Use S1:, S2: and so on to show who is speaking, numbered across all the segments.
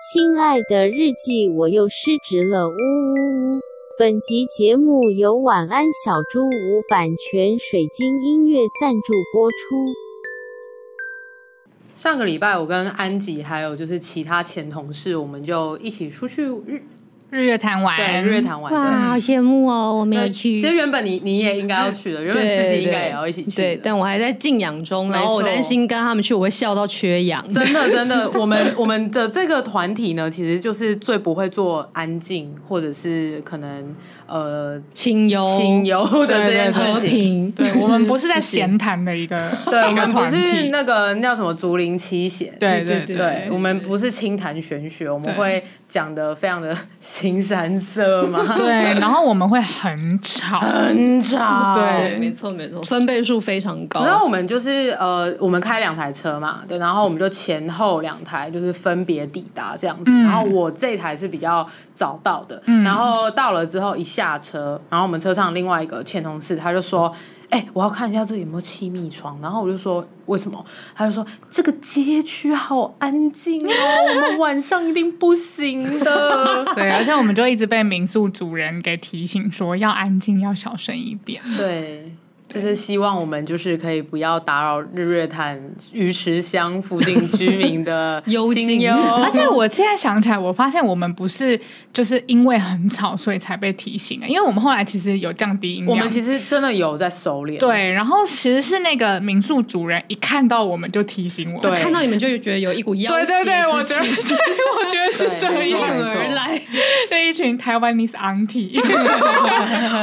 S1: 亲爱的日记，我又失职了，呜呜呜！本集节目由晚安小猪屋版权水晶音乐赞助播出。
S2: 上个礼拜，我跟安吉还有就是其他前同事，我们就一起出去日
S3: 日月潭玩，
S2: 对日月潭玩的。
S4: 哇，好羡慕哦！我没有
S2: 嗯对
S4: 去
S2: 其，实原本你你也应该要去的，原本
S5: 对
S2: 自
S5: 对
S2: 己应该也要一起去的。
S5: 对，但我还在静养中，然后我
S2: 没错
S5: 担心跟他们去，我会笑到缺氧。
S2: 真的真的，我们 我们的这个团体呢，其实就是最不会做安静，或者是可能呃
S5: 清幽，
S2: 清幽的这件事情。
S5: 和平，
S3: 对我们不是在闲谈的一个
S2: 对，我
S3: 一个
S2: 们不
S3: 团
S2: 是
S3: 体，
S2: 那个那叫什么竹林七贤，
S3: 对对
S5: 对
S2: 对，我们不是清谈玄学，我们
S3: 对
S2: 会讲的非常的 形山色嘛，
S3: 对，然后我们会很吵，
S2: 很吵，
S5: 对，
S3: 对
S5: 没错没错，分贝数非常
S2: 然后
S5: 高。
S2: 我们就是呃，我们开两台车嘛，对，然后我们就前后两台就是分别抵达这样子。
S3: 嗯
S2: 然后我这台是比较早到的，
S3: 嗯
S2: 然后到了之后一下车，然后我们车上另外一个前同事他就说。哎、我要看一下这里有没有气密窗。然后我就说为什么？他就说这个街区好安静哦，我们晚上一定不行 的。
S3: 对，而且我们就一直被民宿主人给提醒说要安静，要小声一点。
S2: 对，就是希望我们就是可以不要打扰日月潭鱼池乡附近居民 的
S5: 幽
S2: 清
S5: 静
S2: 幽
S3: 而且我现在想起来，我发现我们不是就是因为很吵所以才被提醒的，因为我们后来其实有降低音量。
S2: 我们其实真的有在收敛。。
S3: 对，然后其实是那个民宿主人一看到我们就提醒我们，
S2: 对
S5: 看到你们就觉得有一股妖
S3: 对
S5: 邪
S3: 对对，我
S5: 之
S3: 觉得
S5: 气
S3: 我觉得是
S2: 对
S3: 这
S2: 没错
S3: 样
S2: 没错
S3: 而
S5: 而
S3: 来，
S5: 来，
S3: 这一群台湾 n e s auntie，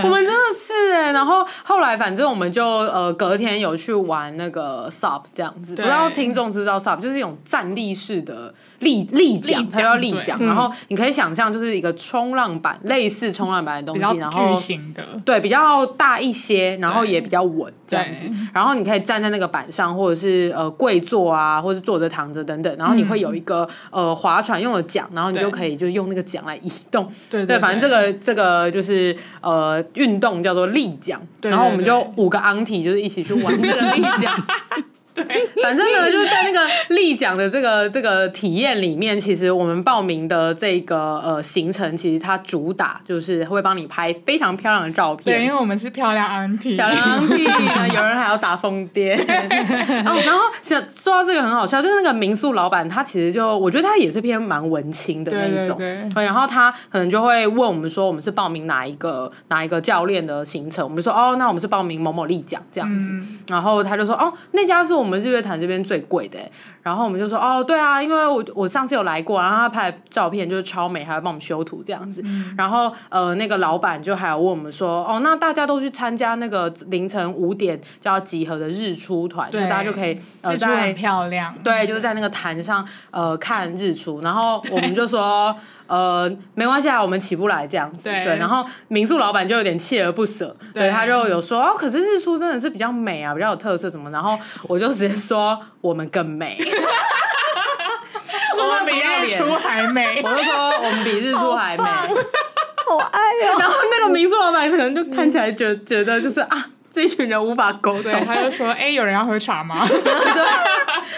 S2: 我们真的是哎、然后后来反正我们就呃隔天有去玩那个 SUP 这样子，不
S3: 对
S2: 知道听众知不知道 SUP 就是一种站立式的立立桨，
S3: 立
S2: 它叫
S3: 桨
S2: 立
S3: 对
S2: 桨，然后你可以想象就是一个冲浪板，类似冲浪板的
S3: 比
S2: 东
S3: 较
S2: 西，然后
S3: 巨型的，
S2: 对，比较大一些，然后
S3: 对
S2: 也比较稳这样子
S3: 对。
S2: 然后你可以站在那个板上，或者是呃跪坐啊，或者坐着躺着等等。然后你会有一个、呃划船用的桨，然后你
S3: 嗯对
S2: 就可以就用那个桨来移动。
S3: 对
S2: 对，反正这个这个就是呃运动叫做立桨。
S3: 对
S2: 然后我们
S3: 对
S2: 就
S3: 对
S2: 五个 auntie 就是一起去玩这 个立桨。对，反正呢，就是在那个立奖的这个这个体验里面，其实我们报名的这个呃行程，其实它主打就是会帮你拍非常漂亮的照片。
S3: 对，因为我们是漂亮 auntie，
S2: 漂 亮屁呢，有人还要打疯癫。哦，然后想说到这个很好笑，就是那个民宿老板，他其实就我觉得他也是偏蛮文青的那一种。
S3: 对对嗯对
S2: 然后他可能就会问我们说，我们是报名哪一个哪一个教练的行程？我们就说哦，那我们是报名某某丽奖这样子。
S3: 嗯
S2: 然后他就说哦，那家是我们日月潭这边最贵的欸。然后我们就说哦，对啊，因为我我上次有来过，然后他拍的照片就是超美，还会帮我们修图这样子。
S3: 嗯
S2: 然后呃，那个老板就还有问我们说，哦，那大家都去参加那个凌晨五点就要集合的日出团，就
S3: 对
S2: 大家就可以呃
S3: 日出很
S2: 在
S3: 漂亮，
S2: 对，就是在那个坛上呃看日出，然后我们就说呃没关系啊，我们起不来这样子。
S3: 对
S2: 然后民宿老板就有点锲而不舍，对
S3: 对
S2: 他就有说哦，可是日出真的是比较美啊，比较有特色什么。然后我就直接说我们更美，
S3: 我
S2: 我
S3: 们
S2: 们
S3: 比
S2: 不要
S3: 日
S2: 脸
S3: 出还美
S2: 我，就说我们比日出还美。
S4: 好爱哦！
S2: 然后那个民宿老板可能就看起来觉觉得就是啊，这群人无法沟通
S3: 对，，他就说，哎，有人要喝茶吗？
S2: 对，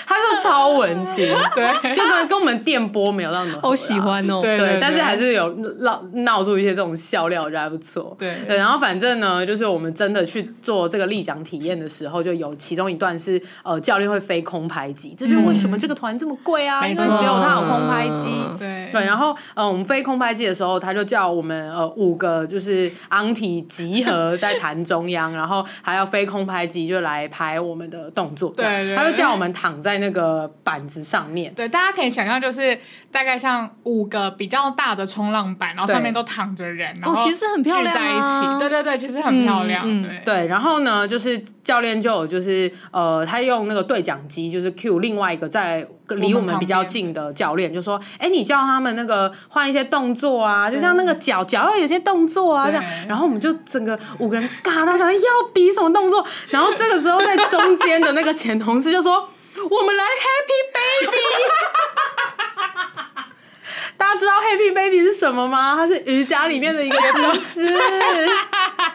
S2: 他就超文青，
S3: 对，
S2: 就是跟我们电波没有那么合啦
S5: 好喜。欢哦。
S3: 对
S2: 对，但是还是有闹闹出一些这种笑料，我觉得还不错。
S3: 对
S2: 对，然后反正呢，就是我们真的去做这个立奖体验的时候，就有其中一段是呃教练会飞空拍机，这就是为什么这个团这么贵啊，
S3: 嗯没
S2: 因为
S3: 错
S2: 只有他有空拍机。
S5: 嗯
S3: 对
S2: 对，然后呃，我们飞空拍机的时候，他就叫我们呃五个就是昂体集合在潭中央，然后还要飞空拍机就来拍我们的动作。这样
S3: 对对
S2: 他就
S3: 对
S2: 叫我们躺在那个板子上面。
S3: 对，大家可以想象，就是大概像五个比较大的冲浪板，然后
S2: 对
S3: 上面都躺着人，然
S5: 哦
S3: 后
S5: 其实很漂亮
S3: 聚在一
S5: 啊
S3: 起，对对对，其实很漂亮，
S5: 嗯
S3: 对
S2: 对，然后呢，就是教练就有就是呃，他用那个对讲机，就是 Q 另外一个在离我
S3: 我们
S2: 们
S3: 旁
S2: 比较
S3: 边
S2: 近的教练，就说：“哎，你叫他们那个换一些动作啊，就像那个脚脚要有些动作啊这样。”
S3: 对
S2: 然后我们就整个五个人尬到想说要比什么动作，然后这个时候在中间的那个前同事就说：“我们来 Happy Baby。”大家知道 Happy Baby 是什么吗？它是瑜伽里面的一个姿势。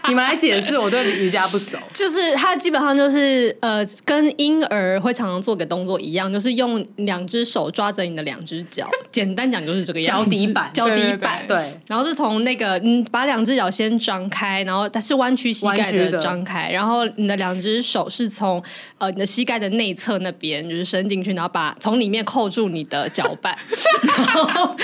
S2: 你们来解释，我对瑜伽不熟。
S5: 就是它基本上就是呃，跟婴儿会常常做个动作一样，就是用两只手抓着你的两只脚，简单讲就是这个样子。
S2: 脚底板
S5: 脚底板，
S3: 对
S2: 对，
S5: 然后是从那个嗯，把两只脚先张开，然后它是弯曲膝盖
S2: 弯曲的
S5: 张开，然后你的两只手是从呃你的膝盖的内侧那边就是伸进去，然后把从里面扣住你的脚板， 然后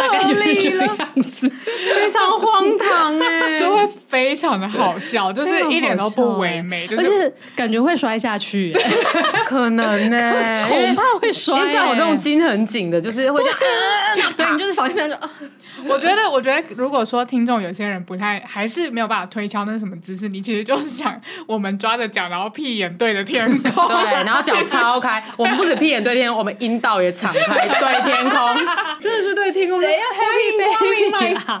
S5: 大概就是这个样 子。
S2: 非常荒唐哎、
S3: 就会非常的好笑，就是一点都不唯美，
S2: 哎
S3: 就
S5: 而
S3: 是
S5: 且感觉会摔下去、欸
S2: 可能呢、
S5: 恐怕会
S2: 因
S5: 摔、
S2: 为
S5: 欸。
S2: 像我这种筋很紧的，就是会这样
S5: 对，你就是防线那 种。啊
S3: 我觉得，我觉得如果说听众有些人不太，还是没有办法推敲那是什么姿势，你其实就是想我们抓着脚，然后屁眼对着天 空，
S2: 对，然后脚超 开。我们不止屁眼对天空，我们阴道也敞开 对天空，真的是对天空。
S5: 谁要
S2: 啊
S5: Happy
S2: 欢迎光临 my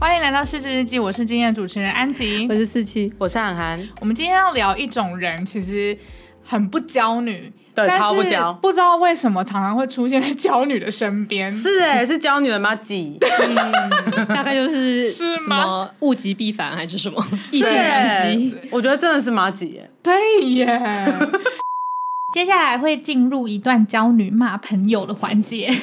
S3: 欢迎来到《失职日记》，我是今天的主持人安吉
S5: 我。是四七，
S2: 我是韩寒，
S3: 我们今天要聊一种人，其实很不娇女，
S2: 对
S3: 但
S2: 呃超不
S3: 是
S2: 娇
S3: 不知道为什么常常会出现在娇女的身边。
S2: 是哎、是教女人吗？ 几？
S5: 大概就是
S3: 是
S5: 什
S3: 吗
S5: 么物极必反还是什么异性
S2: 对
S5: 相吸？
S2: 我觉得真的是欸马几耶。
S3: 对耶，
S6: 接下来会进入一段教女骂朋友的环节。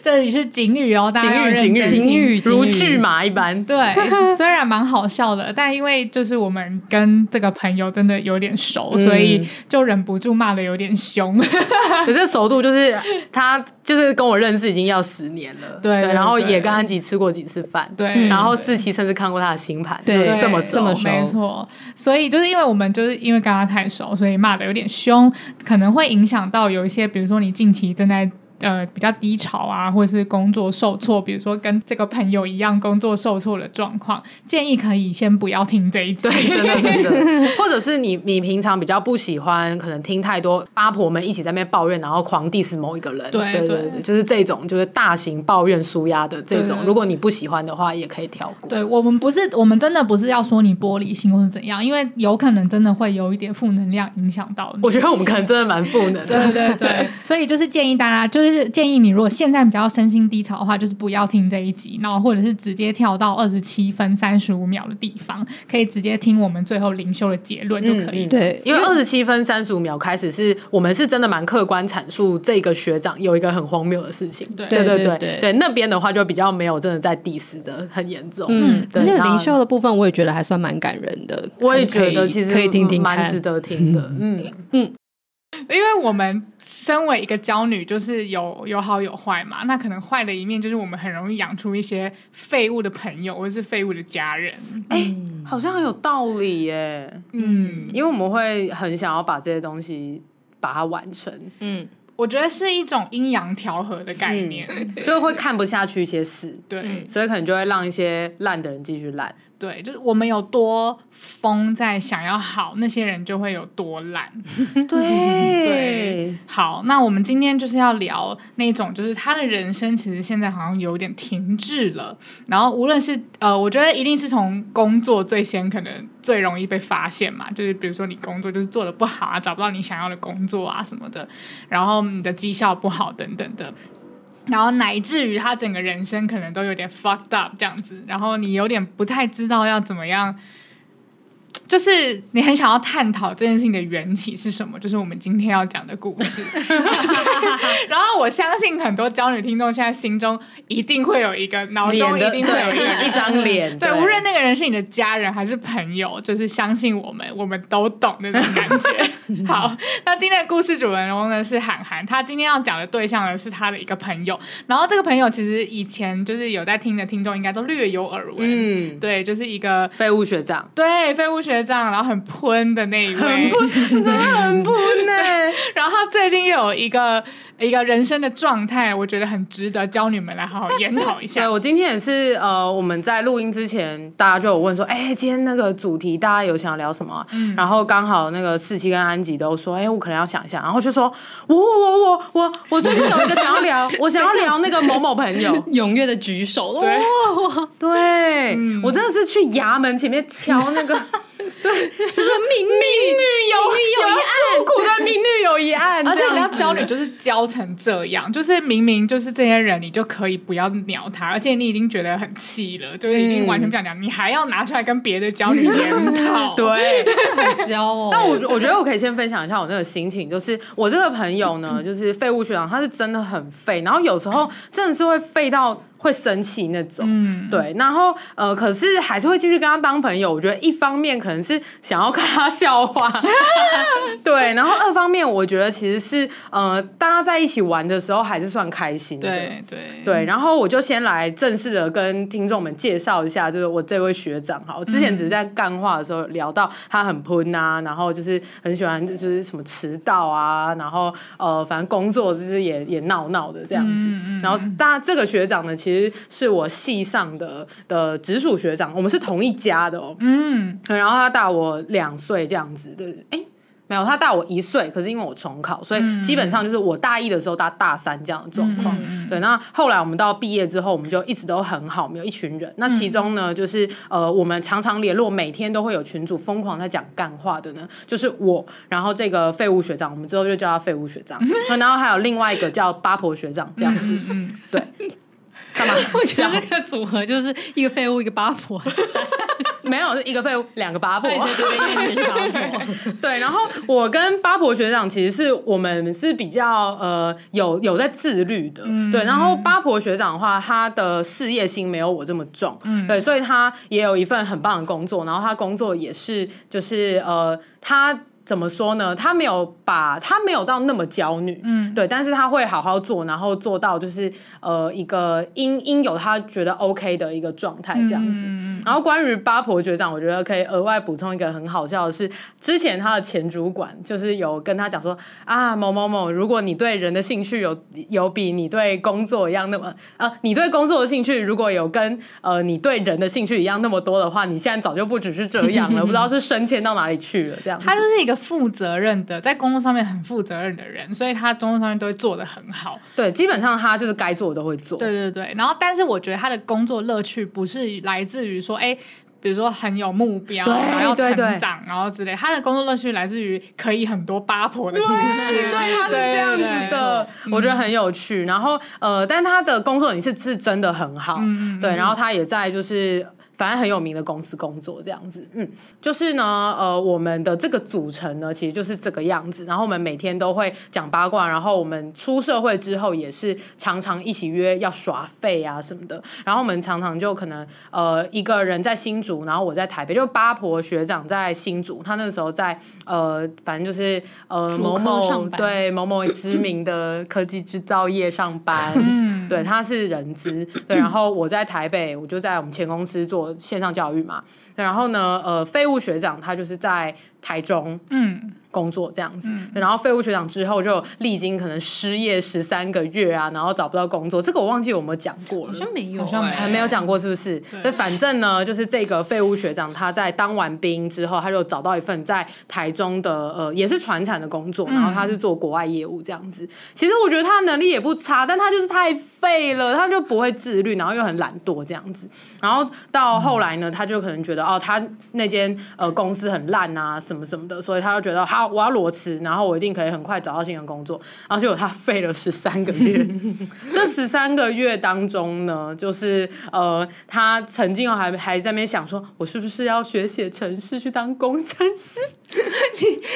S3: 这里是警语哦，大
S2: 警
S3: 家要
S2: 语，
S3: 认
S2: 警
S3: 真
S2: 语，
S3: 听。
S2: 如巨马一般。
S3: 对， 虽然蛮好笑的，但因为就是我们跟这个朋友真的有点熟，
S2: 嗯
S3: 所以就忍不住骂的有 点凶。
S2: 可是熟度就是他就是跟我认识已经要十年了，
S3: 对
S2: 然后也
S3: 对
S2: 跟安吉吃过几次饭，
S3: 对
S2: 然后四期甚至看过他的星盘，
S5: 对
S2: 就是这么
S3: 对
S2: 熟，
S3: 没错。所以就是因为我们就是因为跟他太熟，所以骂的有点凶，可能会影响到有一些，比如说你近期正在。呃，比较低潮啊，或者是工作受挫，比如说跟这个朋友一样工作受挫的状况，建议可以先不要听这一集。
S2: 对，真的真 的，或者是你你平常比较不喜欢，可能听太多八婆们一起在那边抱怨，然后狂 diss 某一个人，
S3: 对
S2: 对
S3: 对
S2: 对，就是这种就是大型抱怨舒压的这
S3: 对
S2: 种
S3: 对，对
S2: 如果你不喜欢的话，也可以跳过。
S3: 对我们不是，我们真的不是要说你玻璃心或是怎样，因为有可能真的会有一点负能量影响到你
S2: 我。觉得我们可能真的蛮负能的，
S3: 对对对，所以就是建议大家，就是建议你，如果现在比较身心低潮的话，就是不要听这一集，然后或者是直接跳到二十七分三十五秒的地方，可以直接听我们最后灵修的结论就可以。
S2: 嗯嗯
S5: 对，
S2: 因为二十七分三十五秒开始是我们是真的蛮客观阐述这个学长有一个很荒谬的事情，
S3: 对
S2: 嗯对
S5: 对
S2: 对
S5: 对对
S2: 那边的话就比较没有真的在 diss 的很严重，
S5: 嗯，
S2: 对
S5: 而且灵。
S2: 然
S5: 秀
S2: 后
S5: 的部分我也觉得还算蛮感人的，
S2: 我也
S5: 还是可
S2: 觉
S5: 以
S2: 得其实
S5: 可以听听
S2: 蛮
S5: 看
S2: 值。得听的，嗯，
S3: 因为我们身为一个娇女，就是有有好有坏嘛，那可能坏的一面就是我们很容易养出一些废物的朋友或者是废物的家人。
S2: 哎、好像很有道理耶，
S3: 嗯，
S2: 因为我们会很想要把这些东西把它完成，
S5: 嗯，
S3: 我觉得是一种阴阳调和的概念。
S2: 就会看不下去一些事，
S3: 对、
S5: 嗯
S2: 所以可能就会让一些烂的人继续烂，
S3: 对，就是我们有多疯在想要好，那些人就会有多烂。
S2: 对
S3: 对，好，那我们今天就是要聊那种，就是他的人生其实现在好像有点停滞了。然后无论是呃，我觉得一定是从工作最先可能最容易被发现嘛，就是比如说你工作就是做的不好啊，找不到你想要的工作啊什么的，然后你的绩效不好等等的。然后乃至于他整个人生可能都有点 fucked up 这样子，然后你有点不太知道要怎么样，就是你很想要探讨这件事情的缘起是什么，就是我们今天要讲的故事。然后我相信很多娇女听众现在心中一定会有一个，脑
S2: 脸
S3: 中一
S2: 的
S3: 定会有一 个
S2: 对一张脸，
S3: 对，无论那个人是你的家人还是朋友，就是相信我们，我们都懂那种感觉。好，那今天的故事主人翁呢是韩寒，他今天要讲的对象呢是他的一个朋友，然后这个朋友其实以前就是有在听的听众应该都略有耳闻，
S2: 嗯，
S3: 对，就是一个
S2: 废物学长。
S3: 对，废物学
S6: 学长，然后很喷的那一位，
S2: 真的很不呢。
S6: 然后他最近又有一个一个人生的状态，我觉得很值得教你们来好好研讨 一
S2: 对，
S6: 下。
S2: 我今天也是呃，我们在录音之前，大家就有问说，哎、今天那个主题大家有想聊什么啊、然后刚好那个四七跟安吉都说，哎、我可能要想一下，然后就说，我我我我我我最近有一个想要聊， 我想要聊那个某某朋友，
S7: 踊跃的举手，哇，
S2: 对、嗯我真的是去衙门前面敲 那个，对， 就说民女友有有诉苦的民女友一案，
S6: 而且
S2: 这
S6: 你要
S2: 样子
S6: 教你，就是教成这样，就是明明就是这些人，你就可以不要鸟他，而且你已经觉得很气了，就是已经完全不想聊，你还要拿出来跟别的教你研讨。
S2: 对。
S7: 好骄哦。
S2: 但我我觉得我可以先分享一下我那个心情，就是我这个朋友 呢，就是废物学长，他是真的很废，然后有时候真的是会废到会生气那种。
S6: 嗯，
S2: 对，然后呃，可是还是会继续跟他当朋友。我觉得一方面可能是想要看他笑 话，对，然后二方面我觉得其实是呃，大家在一起玩的时候还是算开心的。
S6: 对对
S2: 对，然后我就先来正式的跟听众们介绍一下，就是我这位学长哈。我之前只是在干话的时候聊到他很喷啊，然后就是很喜欢就是什么迟到啊，然后呃，反正工作就是也也闹闹的这样子。然后大家这个学长呢，其实是我系上的的直属学长，我们是同一家的哦。
S6: 嗯，
S2: 然后他大我两岁这样子，对，哎。没有，他大我一岁，可是因为我重考，所以基本上就是我大一的时候，他大三这样的状况。对，那后来我们到毕业之后，我们就一直都很好，我们有一群人。那其中呢，就是呃，我们常常联络，每天都会有群主疯狂在讲干话的呢，就是我，然后这个废物学长，我们之后就叫他废物学长，然后还有另外一个叫八婆学长这样
S6: 嗯
S2: 子。对，干嘛？
S7: 我觉得这个组合就是一个废物，一个八婆，
S2: 没有一个废物，两个八婆。
S7: 也是八婆。
S2: 对，然后我跟八婆学长其实是我们是比较呃有有在自律的，对。然后八婆学长的话，他的事业心没有我这么重，对，所以他也有一份很棒的工作，然后他工作也是就是呃他。怎么说呢？他没有把他没有到那么娇女，嗯，对，但是他会好好做，然后做到就是呃一个应应有他觉得 OK 的一个状态这样子。然后关于八婆学长，我觉得可以额外补充一个很好笑的是，之前他的前主管就是有跟他讲说啊某某某，如果你对人的兴趣有有比你对工作一样那么呃，你对工作的兴趣如果有跟呃你对人的兴趣一样那么多的话，你现在早就不只是这样了，不知道是升迁到哪里去了这样子。
S6: 他就是一个负责任的，在工作上面很负责任的人，所以他工作上面都会做得很好。
S2: 对，基本上他就是该做的都会做。
S6: 对对对，然后但是我觉得他的工作乐趣不是来自于说，哎，比如说很有目标，
S2: 对
S6: 然后要
S2: 对
S6: 成
S2: 对
S6: 长，然后之类，他的工作乐趣来自于可以很多八婆的故事，对
S2: 他是这样子的，嗯我觉得很有趣。然后呃，但他的工作也是是真的很
S6: 嗯
S2: 好，嗯
S3: 嗯
S2: 对，然后他也在就是。反正很有名的公司工作这样子，嗯，就是呢，呃，我们的这个组成呢，其实就是这个样子。然后我们每天都会讲八卦，然后我们出社会之后也是常常一起约要耍废啊什么的。然后我们常常就可能呃一个人在新竹，然后我在台北，就八婆学长在新竹，他那时候在呃，反正就是呃
S7: 主
S2: 某
S7: 科
S2: 某
S7: 上班
S2: 对。对某某知名的科技制造业上班，嗯，对，他是人资，对，然后我在台北，我就在我们前公司做线上教育嘛，对，然后呢，呃，废物学长他就是在台中，
S6: 嗯，
S2: 工作这样子。对然后废物学长之后就历经可能失业十三个月啊，然后找不到工作，这个我忘记有没有讲过了。
S7: 没有
S6: 好像
S2: 还没有讲过是不是？对，反正呢，就是这个废物学长，他在当完兵之后，他就找到一份在台中的呃，也是船产的工作，然后他是做国外业务这样子。其实我觉得他能力也不差，但他就是太废了，他就不会自律，然后又很懒惰这样子。然后到后来呢，他就可能觉得哦，他那间呃公司很烂啊，什么什么的，所以他就觉得好，我要裸辞，然后我一定可以很快找到新的工作。然后结果他废了十三个月， 这十三个月当中呢，就是呃，他曾经还还在那边想说，我是不是要学写程式去当工程师？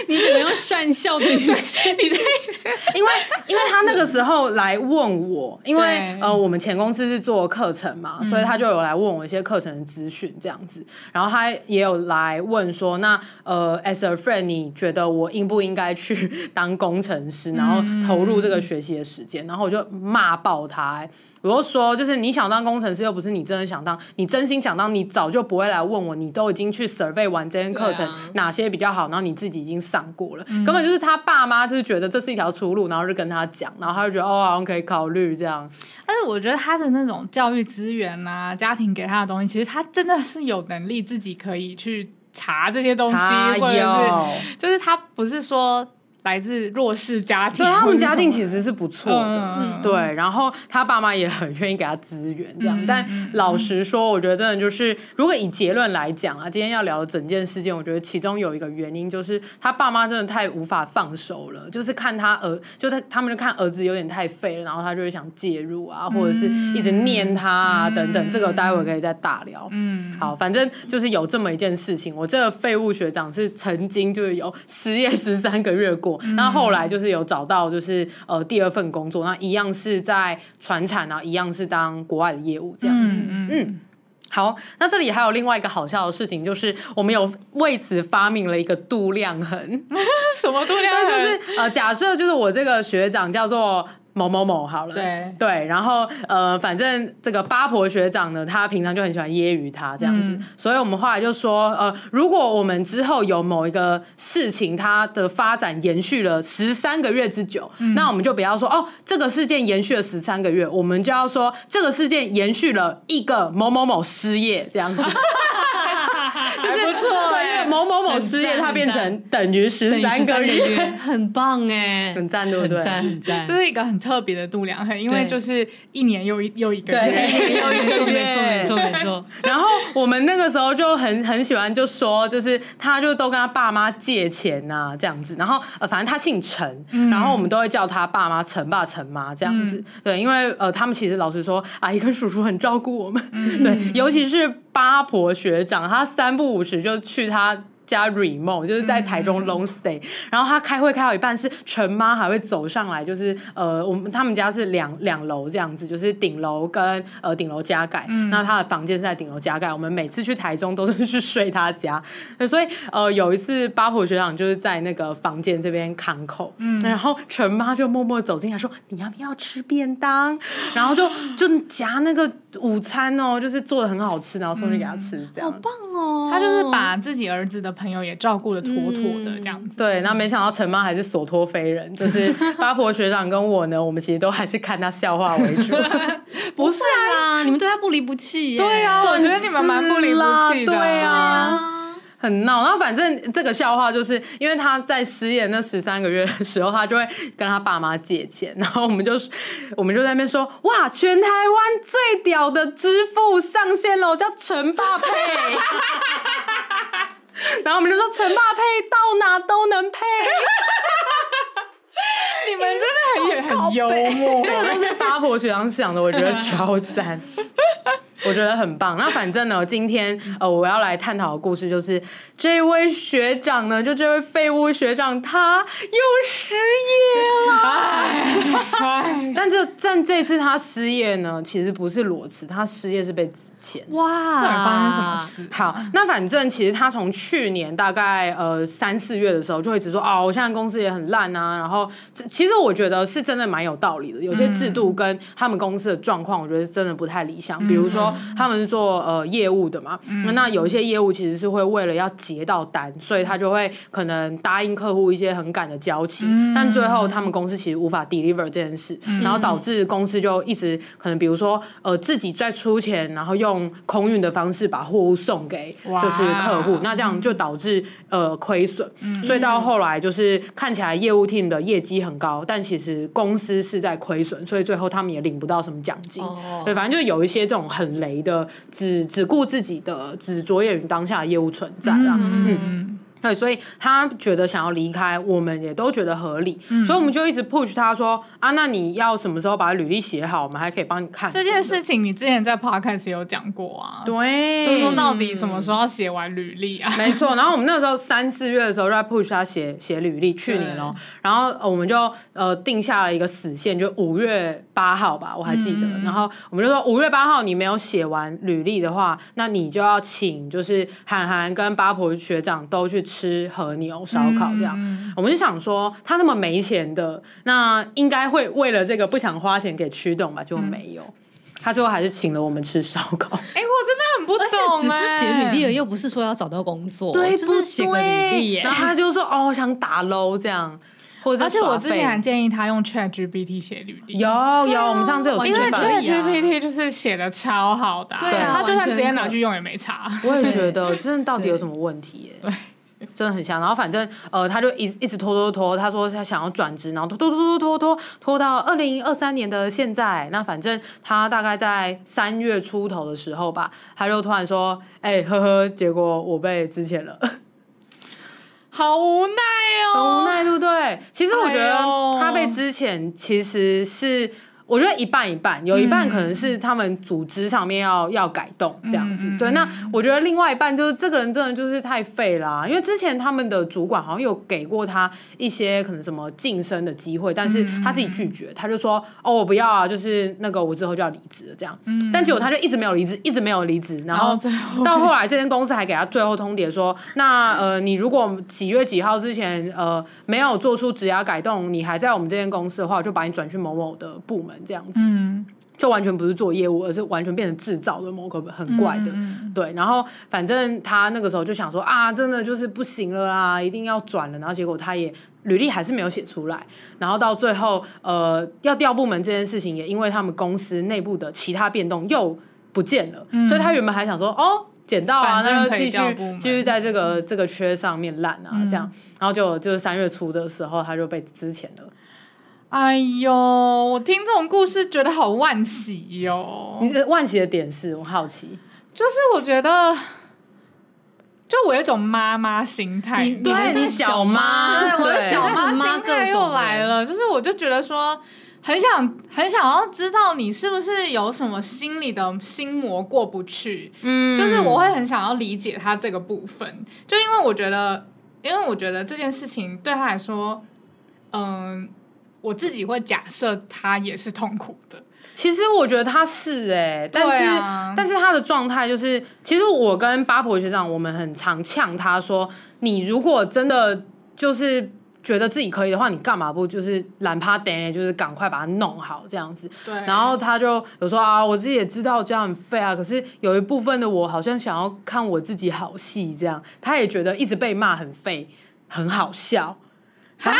S7: 你只能用善笑的语气，你在
S2: 因为因为他那个时候来问我，因为
S6: 对
S2: 呃，我们前公司是做课程嘛，所以他就有来问我一些课程的资讯这样子，然后他也有来问说，那呃，哎、 as a friend，你觉得我应不应该去 当工程师，然后投入这个学习的时间？然后我就骂爆他、欸我就说，就是你想当工程师，又不是你真的想当，你真心想当，你早就不会来问我，你都已经去 survey 完这些课程、
S7: 对啊
S2: 哪些比较好，然后你自己已经上过了，
S6: 嗯
S2: 根本就是他爸妈就是觉得这是一条出路，然后就跟他讲，然后他就觉得哦，好像可以考虑这样。
S6: 但是我觉得他的那种教育资源啊，家庭给他的东西，其实他真的是有能力自己可以去查这些东西，
S2: 他
S6: 或者是
S2: 有，
S6: 就是他不是说来自弱势家庭
S2: 对
S6: 或者什么，
S2: 他们家境其实是不错的。
S6: 嗯，嗯，
S2: 对，然后他爸妈也很愿意给他资源，这样。
S6: 嗯
S2: 但
S6: 嗯嗯嗯
S2: 老实说，我觉得真的就是，如果以结论来讲啊，今天要聊的整件事件，我觉得其中有一个原因就是他爸妈真的太无法放手了，就是看他儿，就他他们就看儿子有点太废了，然后他就会想介入啊，或者是一直念他啊、等等。这个待会可以再大聊。
S6: 嗯，
S2: 好，反正就是有这么一件事情。我这个废物学长是曾经就是有失业十三个月过，
S6: 嗯
S2: 那、后来就是有找到就是呃第二份工作，那一样是在船产啊，一样是当国外的业务这样子。
S6: 嗯
S2: 嗯好，那这里还有另外一个好笑的事情，就是我们有为此发明了一个度量衡。
S6: 什么度量
S2: 那
S6: 衡
S2: 就是呃，假设就是我这个学长叫做某某某好了，
S6: 对
S2: 对，然后呃，反正这个八婆学长呢，他平常就很喜欢揶揄他这样子，
S6: 嗯
S2: 所以我们后来就说，呃，如果我们之后有某一个事情，它的发展延续了十三个月之久，那我们就不要说哦，这个事件延续了十三个月，我们就要说这个事件延续了一个某某某失业这样子。就是
S6: 还不错
S2: 对，因
S6: 欸
S2: 为某某某
S7: 很
S2: 失业，
S7: 赞
S2: 它
S7: 很
S2: 变
S7: 赞
S2: 成等于十三个月，
S7: 很棒哎，
S2: 很赞，对不对？
S7: 很赞很赞，
S6: 这是一个很特别的度量衡，因为
S7: 对
S6: 就是一年又一又一个
S2: 对
S6: 月，
S7: 没错没错没错没错
S2: 对
S7: 没错，
S2: 然后我们那个时候就很很喜欢，就说就是他就都跟他爸妈借钱呐、这样子。然后呃，反正他姓陈，然后我们都会叫他爸妈陈爸陈妈这样子。对，因为呃，他们其实老实说，阿姨跟叔叔很照顾我们。对，尤其是八婆学长，他三不五时就去他。家 remote 就是在台中 long stay，、然后他开会开到一半是陈妈还会走上来，就是呃，我们他们家是两两楼这样子，就是顶楼跟呃顶楼加盖，那他的房间是在顶楼加盖。我们每次去台中都是去睡他家，所以呃有一次八婆学长就是在那个房间这边看口，然后陈妈就默默走进来说你要不要吃便当，然后就就夹那个午餐哦，就是做的很好吃，然后送去给他吃，这样、
S6: 他就是把自己儿子的朋友也照顾的妥妥的这样子。
S2: 对，那没想到陈妈还是所托非人，就是八婆学长跟我呢，我们其实都还是看他笑话为 主，
S7: 不是啊，你们对他不离不弃耶，对
S6: 对啊，我觉得你们蛮不离不弃的。哦
S2: 对啊。很闹，然后反正这个笑话就是，因为他在失业那十三个月的时候，他就会跟他爸妈借钱，然后我们就我们就在那边说，哇，全台湾最屌的支付上线了，叫陈爸配， 然后我们就说陈爸配到哪都能配。
S6: 你们真的很也很幽默。
S2: 这个都是八婆学长想的，我觉得超赞，我觉得很棒。那反正呢，今天呃，我要来探讨的故事就是这位学长呢，就这位废物学长，他又失业了。
S6: 哎
S2: 但这但这次他失业呢，其实不是裸辞，他失业是被辞遣。
S7: 哇，
S6: 到底发生什么事？
S2: 好，那反正其实他从去年大概呃三四月的时候就一直说哦，我现在公司也很烂啊。然后这其实我觉得是真的蛮有道理的，有些制度跟他们公司的状况，我觉得是真的不太理想。比如说他们是做呃业务的嘛，那有一些业务其实是会为了要结到单，所以他就会可能答应客户一些很赶的交期，但最后他们公司其实无法 deliver 这件事，然后导致公司就一直可能比如说呃自己再出钱，然后用空运的方式把货物送给
S6: 哇
S2: 就是客户，那这样就导致呃亏损，所以到后来就是看起来业务 team 的业绩很高，但其实公司是在亏损，所以最后他们也领不到什么奖金。
S5: 哦
S2: 对，反正就有一些这种很雷的，只只顾自己的，只着眼于当下的业务存在啦。嗯
S6: 嗯，
S2: 对，所以他觉得想要离开，我们也都觉得合理，
S6: 嗯
S2: 所以我们就一直 push 他说啊，那你要什么时候把履历写好，我们还可以帮你看
S6: 这件。事情你之前在 podcast 也有讲过啊，
S2: 对，
S6: 就是说
S3: 嗯
S6: 到底什么时候写完履历啊？
S2: 嗯没错，然后我们那时候三四月的时候就在 push 他写写履历，去年哦、然后呃我们就呃定下了一个死线，就五月八号吧，我还记
S6: 嗯
S2: 得。然后我们就说五月八号你没有写完履历的话，那你就要请就是韩寒跟八婆学长都去吃和牛烧烤这样。
S3: 嗯
S2: 我们就想说，他那么没钱的，那应该会为了这个不想花钱给驱动吧？
S3: 嗯
S2: 就没有，他最后还是请了我们吃烧 烤。
S3: 哎、我真的很不
S5: 而且
S3: 懂、
S5: 只
S3: 哎，
S5: 是写履历而已，又不是说要找到工作，
S2: 对，
S5: 就
S2: 不
S5: 是写个履历
S2: 对
S5: 耶
S2: 然。后他就说：“哦，想打 low 这样。”或者
S3: 而
S2: 是
S3: 且我
S2: 耍
S3: 之
S2: 废
S3: 前还建议他用 Chat GPT 写履历，
S2: 有有，我们上次有
S5: 完
S2: 吃
S3: 因为
S5: 全可
S2: 饭
S5: 以啊
S3: Chat GPT 就是写的超好的、
S5: 对啊
S3: 他就
S5: 完
S3: 算
S5: 全
S3: 直接
S5: 可以
S3: 拿去用也没差。
S2: 我也觉得，真的到底有什么问题、耶？ 真的很像。然后反正呃，他就一一直拖拖拖，他说他想要转职，然后拖拖拖拖拖拖拖到二零二三年的现在。那反正他大概在三月出头的时候吧，他就突然说：“哎、呵呵，结果我被之前了。”
S3: 好无奈
S2: 很无
S3: 哦。
S2: 奈，对不对？其实我觉得
S3: 哎呦
S2: 他被之前其实是。我觉得一半一半，有一半可能是他们组织上面要、要改动这样子。
S3: 嗯嗯
S2: 对，那我觉得另外一半就是这个人真的就是太废啦、因为之前他们的主管好像有给过他一些可能什么晋升的机会，但
S3: 嗯
S2: 是他自己拒绝，他就说哦我不要啊，就是那个我之后就要离职了这样。
S3: 嗯
S2: 但结果他就一直没有离职，一直没有离职，然
S3: 然
S2: 后
S3: 后最 后
S2: 到后来，这间公司还给他最后通牒说，那呃，你如果几月几号之前呃没有做出职涯改动，你还在我们这间公司的话，我就把你转去某某的部门这样子，
S3: 嗯，
S2: 就完全不是做业务，而是完全变成制造的某个很怪的。
S3: 嗯
S2: 对，然后反正他那个时候就想说啊，真的就是不行了啦，一定要转了。然后结果他也履历还是没有写出来，然后到最后呃要调部门这件事情，也因为他们公司内部的其他变动又不见了，
S3: 嗯
S2: 所以他原本还想说哦。捡到啊，
S3: 反正
S2: 那就
S3: 可
S2: 继
S3: 以
S2: 续
S3: 调部门嗯
S2: 继续在这个这个缺上面烂啊，这样，然后就就是三月初的时候，他就被之前了。
S3: 哎呦，我听这种故事觉得好惋惜哟、
S2: 你这万喜的点是我好奇，
S3: 就是我觉得，就我有一种妈妈心态，
S5: 你
S2: 对
S5: 你
S2: 你小妈
S5: 对我的
S2: 对
S5: 小
S3: 妈
S5: 妈
S3: 心态又来
S5: 了。
S3: 了，就是我就觉得说。很想很想要知道你是不是有什么心里的心魔过不去，
S2: 嗯
S3: 就是我会很想要理解他这个部分，就因为我觉得，因为我觉得这件事情对他来说，嗯，我自己会假设他也是痛苦的，
S2: 其实我觉得他是哎、但
S3: 对
S2: 是、
S3: 啊
S2: 但是他的状态就是，其实我跟巴婆学长，我们很常呛他说，你如果真的就是觉得自己可以的话，你干嘛不就是懒趴等，就是赶快把它弄好这样子。
S3: 对，
S2: 然后他就有说啊，我自己也知道这样很废啊，可是有一部分的我好像想要看我自己好戏这样，他也觉得一直被骂很废，很好笑。
S3: 什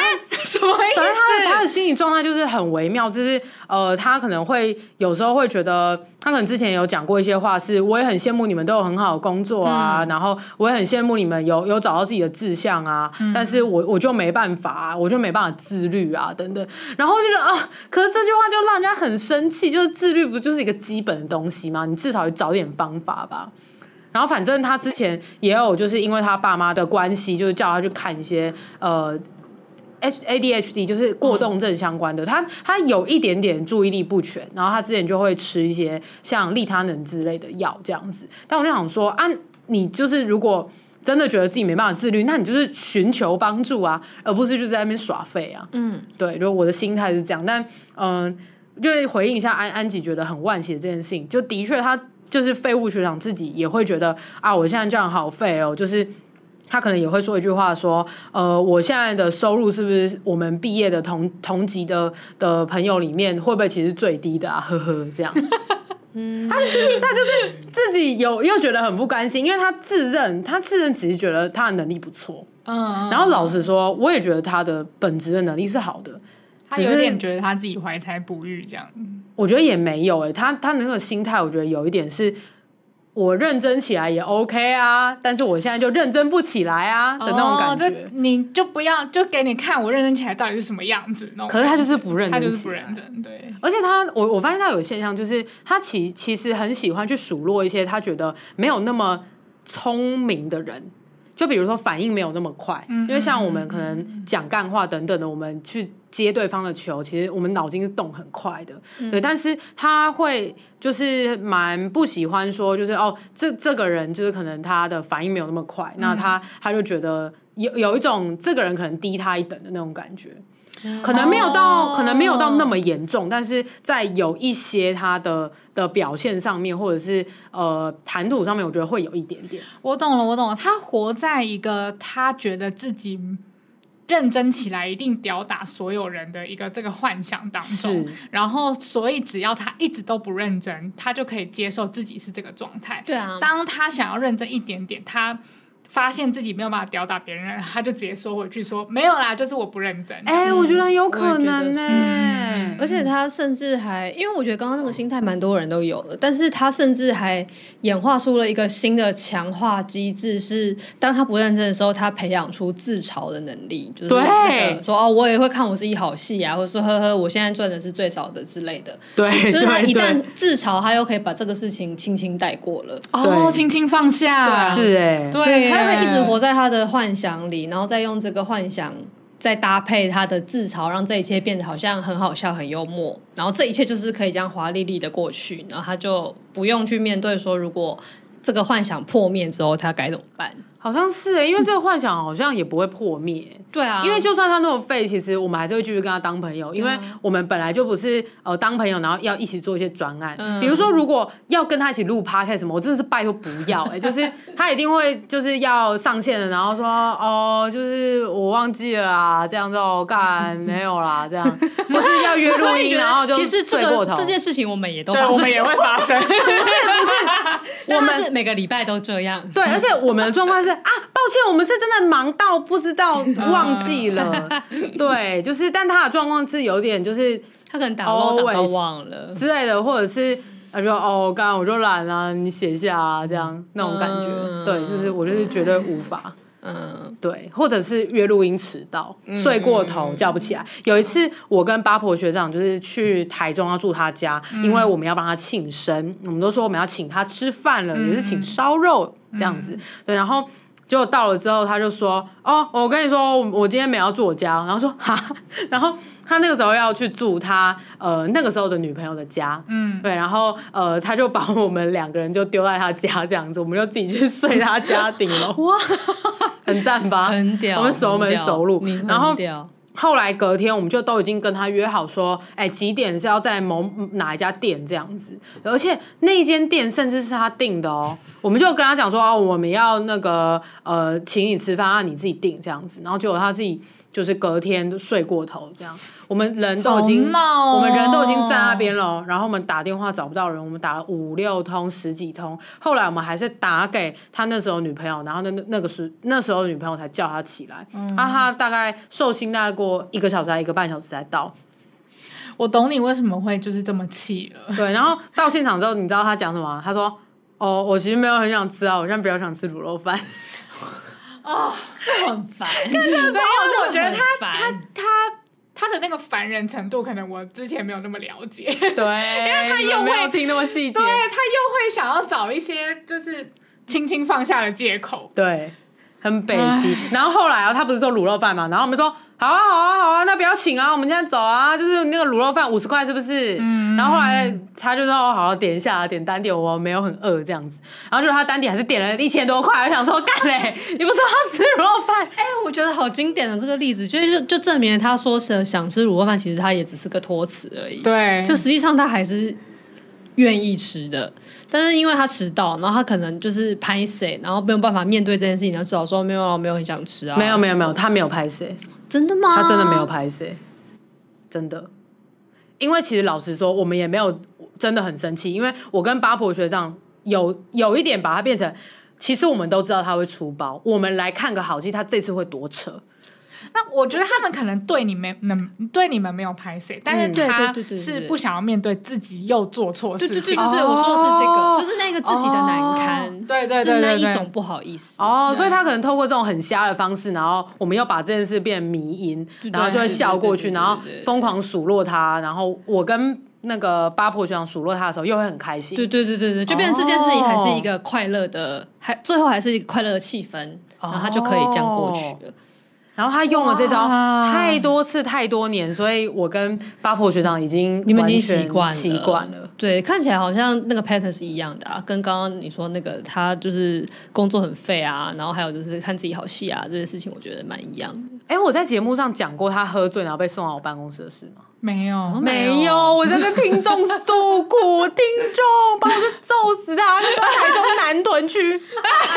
S3: 么意
S2: 反正他的他的
S3: 思？
S2: 心理状态就是很微妙，就是呃，他可能会有时候会觉得，他可能之前有讲过一些话是，我也很羡慕你们都有很好的工作啊，
S3: 嗯
S2: 然后我也很羡慕你们有有找到自己的志向啊，
S3: 嗯
S2: 但是我我就没办法、啊，我就没办法自律啊，等等，然后我就觉得啊，可是这句话就让人家很生气，就是自律不就是一个基本的东西吗？你至少找点方法吧。然后反正他之前也有，就是因为他爸妈的关系，就是叫他去看一些呃 H A D H D，就是过动症相关的。他他有一点点注意力不全，然后他之前就会吃一些像利他能之类的药这样子。但我就想说啊，你就是如果真的觉得自己没办法自律，那你就是寻求帮助啊，而不是就在那边耍废啊。
S8: 嗯，
S2: 对，就我的心态是这样，但嗯，就是回应一下安安吉觉得很惋惜的这件事情，就的确他就是废物学长自己也会觉得啊，我现在这样好废哦，就是。他可能也会说一句话说，呃，我现在的收入是不是我们毕业的同同级的的朋友里面，会不会其实最低的啊？呵呵，这样。 他就是他就是自己有又觉得很不甘心，因为他自认他自认其实觉得他的能力不错，
S3: 嗯，
S2: 然后老实说，我也觉得他的本质的能力是好的，
S3: 他
S2: 只
S3: 有
S2: 是
S3: 点觉得他自己怀才不遇这样，
S2: 我觉得也没有诶、欸他他那个心态，我觉得有一点是，我认真起来也 OK 啊，但是我现在就认真不起来啊的那种感觉。
S3: 哦就你就不要就给你看我认真起来到底是什么样子那种
S2: 可是他就是不认真
S3: 他就是
S2: 起
S3: 不
S2: 来
S3: 认真，对，
S2: 而且他，我我发现他有个现象，就是他其其实很喜欢去数落一些他觉得没有那么聪明的人，就比如说反应没有那么快，
S3: 嗯
S2: 因为像我们可能讲干话等等的，我们去接对方的球，其实我们脑筋是动很快的，
S3: 嗯
S2: 对。但是他会就是蛮不喜欢说，就是哦，这这个人就是可能他的反应没有那么
S5: 嗯
S2: 快，那他他就觉得有有一种这个人可能低他一等的那种感觉。
S5: 嗯
S2: 可能没有到，
S5: 哦
S2: 可能没有到那么严重，但是在有一些他的的表现上面，或者是呃谈吐上面，我觉得会有一点点。
S3: 我懂了，我懂了。他活在一个他觉得自己认真起来一定吊打所有人的一个这个幻想当中，然后所以只要他一直都不认真，他就可以接受自己是这个状态。
S7: 对啊，
S3: 当他想要认真一点点，他发现自己没有办法吊打别人，他就直接说回去说没有啦，就是我不认真。
S2: 哎、我觉得有可能呢、
S3: 嗯
S5: 而且他甚至还，因为我觉得刚刚那个心态蛮多人都有的，但是他甚至还演化出了一个新的强化机制，是当他不认真的时候，他培养出自嘲的能力，就是
S2: 对
S5: 那个说哦，我也会看我自己好戏啊，或者说呵呵，我现在赚的是最少的之类的。
S2: 对，
S5: 就是他
S2: 对
S5: 一旦
S2: 对
S5: 自嘲，他又可以把这个事情轻轻带过了。
S3: 哦，
S2: 对
S3: 轻轻放
S5: 啊
S3: 下，
S2: 是哎、
S3: 对，
S5: 他会一直活在他的幻想里，然后再用这个幻想再搭配他的自嘲，让这一切变得好像很好笑、很幽默。然后这一切就是可以这样华丽丽的过去，然后他就不用去面对说，如果这个幻想破灭之后，他该怎么 办？
S2: 好像是哎、因为这个幻想好像也不会破灭、
S5: 嗯对啊
S2: 因为就算他那么废，其实我们还是会继续跟他当朋友，因为我们本来就不是呃当朋友，然后要一起做一些专案。
S5: 嗯
S2: 比如说，如果要跟他一起录 podcast 什么，我真的是拜托不要 哎、就是他一定会就是要上线了，然后说哦，就是我忘记了啊，这样就哦干没有啦， 这样或是要约录音，然后就
S5: 其实这
S2: 睡过
S5: 个
S2: 头
S5: 这件事情我们也都
S6: 对，
S5: 发
S6: 我
S5: 生
S6: 们，也会 发生。
S5: 我们是每个礼拜都这样。
S2: 对，而且我们的状况是啊，抱歉，我们是真的忙到不知道忘记了，对，就是，但他的状况是有点就是
S5: 他可能打漏打到
S2: Always
S5: 忘了，
S2: 之类的，或者是他说哦，刚刚我就懒啊，你写一下啊，这样那种感觉，
S5: 嗯
S2: 对，就是我就是绝对无法。
S5: 嗯，
S2: 对，或者是约录音迟到，睡过头叫不起来。有一次，我跟八婆学长就是去台中要住他家，因为我们要帮他庆生，我们都说我们要请他吃饭了，也是请烧肉这样子。对，然后。结果到了之后，他就说：“哦，我跟你说，我我今天没有要住我家。”然后说：“哈。”然后他那个时候要去住他呃那个时候的女朋友的家，
S6: 嗯，
S2: 对，然后呃，他就把我们两个人就丢在他家这样子，我们就自己去睡他家顶楼，哇，很赞吧？
S5: 很屌，
S2: 啊我们熟门
S5: 很屌
S2: 熟路
S5: 你很
S2: 然后
S5: 屌
S2: 后来隔天，我们就都已经跟他约好说，哎、几点是要在某嗯哪一家店这样子，而且那一间店甚至是他订的哦。我们就跟他讲说，哦，我们要那个呃，请你吃饭啊，你自己订这样子。然后结果他自己就是隔天就睡过头这样，我们人都已经
S3: 好闹哦
S2: 我们人都已经在那边了，然后我们打电话找不到人，我们打了五六通、十几通，后来我们还是打给他那时候女朋友，然后那那个时那时候女朋友才叫他起来，
S3: 嗯
S2: 啊，他大概寿星大概过一个小时还一个半小时才到，
S3: 我懂你为什么会就是这么气了。
S2: 对，然后到现场之后，你知道他讲什么吗？他说。哦，我其实没有很想吃啊，我现在比较想吃卤肉饭。
S5: 很 烦，哎
S3: 对，因为我觉得他
S5: 他
S3: 他他他的那个烦人程度，可能我之前没有那么了 解。
S2: 对，因为
S3: 他又
S2: 没有
S3: 会
S2: 听那么细节
S3: 对。他又会想要找一些就是轻轻放下的借口。
S2: 对，很北齐。然后后来啊，他不是说卤肉饭嘛，然后我们说好啊，好啊，好啊，那不要请啊，我们现在走啊，就是那个卤肉饭五十块是不是？嗯。然后后来他就说哦，好，点一下，点单点，我没有很饿这样子。然后就他单点还是点了一千多块，我想说干嘞，你不是说要吃卤肉饭？
S5: 哎、我觉得好经典的这个例子，就是就证明了他说的想吃卤肉饭，其实他也只是个托词而已。，
S3: 对
S5: 就实际上他还是愿意吃的，但是因为他迟到，然后他可能就是拍谁，然后没有办法面对这件事情，然后只好说没有啊，我没有很想吃啊。
S2: 没有没有没有，他没有拍谁，
S5: 真的吗？
S2: 他真的没有。拍谁，真的。因为其实老实说，我们也没有真的很生气，因为我跟八婆学长有有一点把他变成，其实我们都知道他会出包，我们来看个好戏，他这次会多扯。
S3: 那我觉得他们可能对你没能对你们没有拍谁，但
S2: 嗯
S3: 是他
S5: 对对对对对
S3: 是不想要面对自己又做错
S5: 对
S3: 事
S5: 对对对
S3: 情。
S5: 对，
S2: 哦
S5: 我说的是这个，就是那个自己的难堪，
S3: 对对对
S5: 是那
S3: 对对
S5: 一种不好意思。
S2: 哦，所以他可能透过这种很瞎的方式，然后我们又把这件事变迷因，然后就会笑过去，
S5: 对对对对对
S2: 然后
S5: 对对对
S2: 疯狂数落他，然后我跟那个八婆学长数落他的时候，又会很开心。
S5: 对对对对对，就变成这件事情还是
S2: 哦
S5: 一个快乐的，还最后还是一个快乐的气氛，然后他就可以这样过去了。
S2: 哦然后他用了这招
S3: 哇
S2: 太多次、太多年，所以我跟八婆学长已经
S5: 你们已经
S2: 完全
S5: 习惯了
S2: 习惯了。
S5: 对，看起来好像那个 pattern 是一样的啊，跟刚刚你说那个他就是工作很废啊，然后还有就是看自己好戏啊这些事情，我觉得蛮一样的。
S2: 哎、我在节目上讲过他喝醉然后被送到我办公室的事吗？
S3: 没有，
S2: 哦没有，我在跟听众诉苦，听众把我就揍死啊他，就到台中南屯区。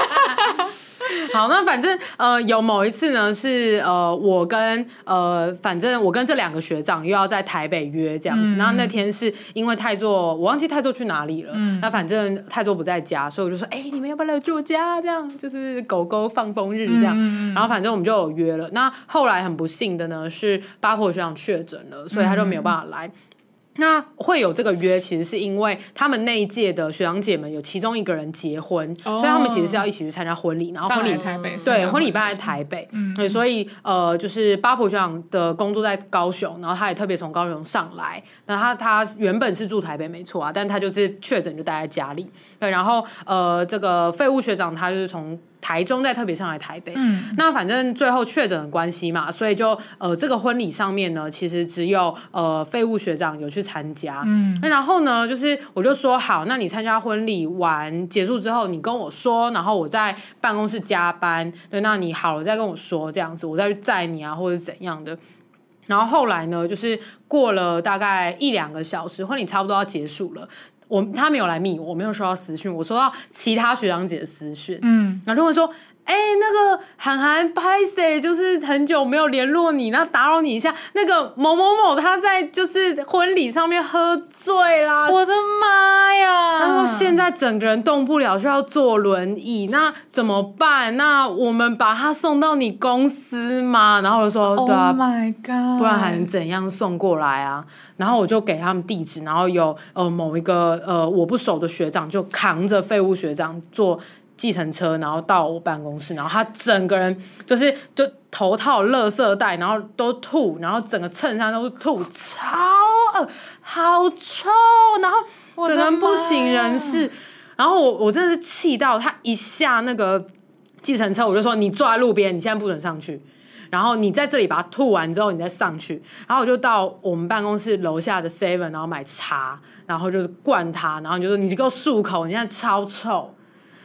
S2: 好，那反正呃，有某一次呢，是呃，我跟呃，反正我跟这两个学长又要在台北约这样子。然后那天是因为泰座，我忘记泰座去哪里了。那反正泰座不在家，所以我就说，哎、你们要不要来住我家？这样就是狗狗放风日
S3: 嗯
S2: 这样。然后反正我们就有约了。那后来很不幸的呢，是八婆学长确诊了，所以他就没有办法来。那会有这个约，其实是因为他们那一届的学长姐们有其中一个人结婚，所
S3: 哦
S2: 以他们其实是要一起去参加婚礼，然后
S3: 上
S2: 婚礼
S3: 来台北，上
S2: 对，
S3: 来
S2: 婚礼办在台北，
S3: 嗯
S2: 对，所以呃，就是巴普学长的工作在高雄，然后他也特别从高雄上来，那他他原本是住台北没错啊，但他就是确诊就待在家里，对，然后呃，这个废物学长他就是从台中再特别上来台北，
S3: 嗯，
S2: 那反正最后确诊的关系嘛，所以就呃这个婚礼上面呢，其实只有呃废物学长有去参加，
S3: 嗯
S2: 那然后呢，就是我就说好，那你参加婚礼完结束之后，你跟我说，然后我在办公室加班，对，那你好了再跟我说，这样子我再去载你啊，或者怎样的。然后后来呢，就是过了大概一两个小时，婚礼差不多要结束了。我他没有来密我，我没有收到私讯，我收到其他学长姐的私讯，
S3: 嗯，
S2: 然后就问说：“哎、那个韩寒拍谁？就是很久没有联络你，那打扰你一下。那个某某某他在就是婚礼上面喝醉啦。”
S3: 我的妈呀！
S2: 他说：“啊现在整个人动不了，需要坐轮椅，那怎么办？那我们把他送到你公司吗？”然后我就说：“
S3: Oh
S2: 对啊，
S3: my god！
S2: 不然还能怎样送过来啊？然后我就给他们地址，然后有呃某一个呃我不熟的学长就扛着废物学长坐计程车，然后到我办公室，然后他整个人就是就头套垃圾袋，然后都吐，然后整个衬衫都是吐，超恶，好臭，然后
S3: 我的
S2: 整个人不
S3: 妈
S2: 省
S3: 呀
S2: 人事。然后我我真的是气到他一下那个计程车，我就说你坐在路边，你现在不准上去。然后你在这里把它吐完之后，你再上去。然后我就到我们办公室楼下的 Seven，然后买茶，然后就是灌他，然后你就说你给我漱口，你现在超臭，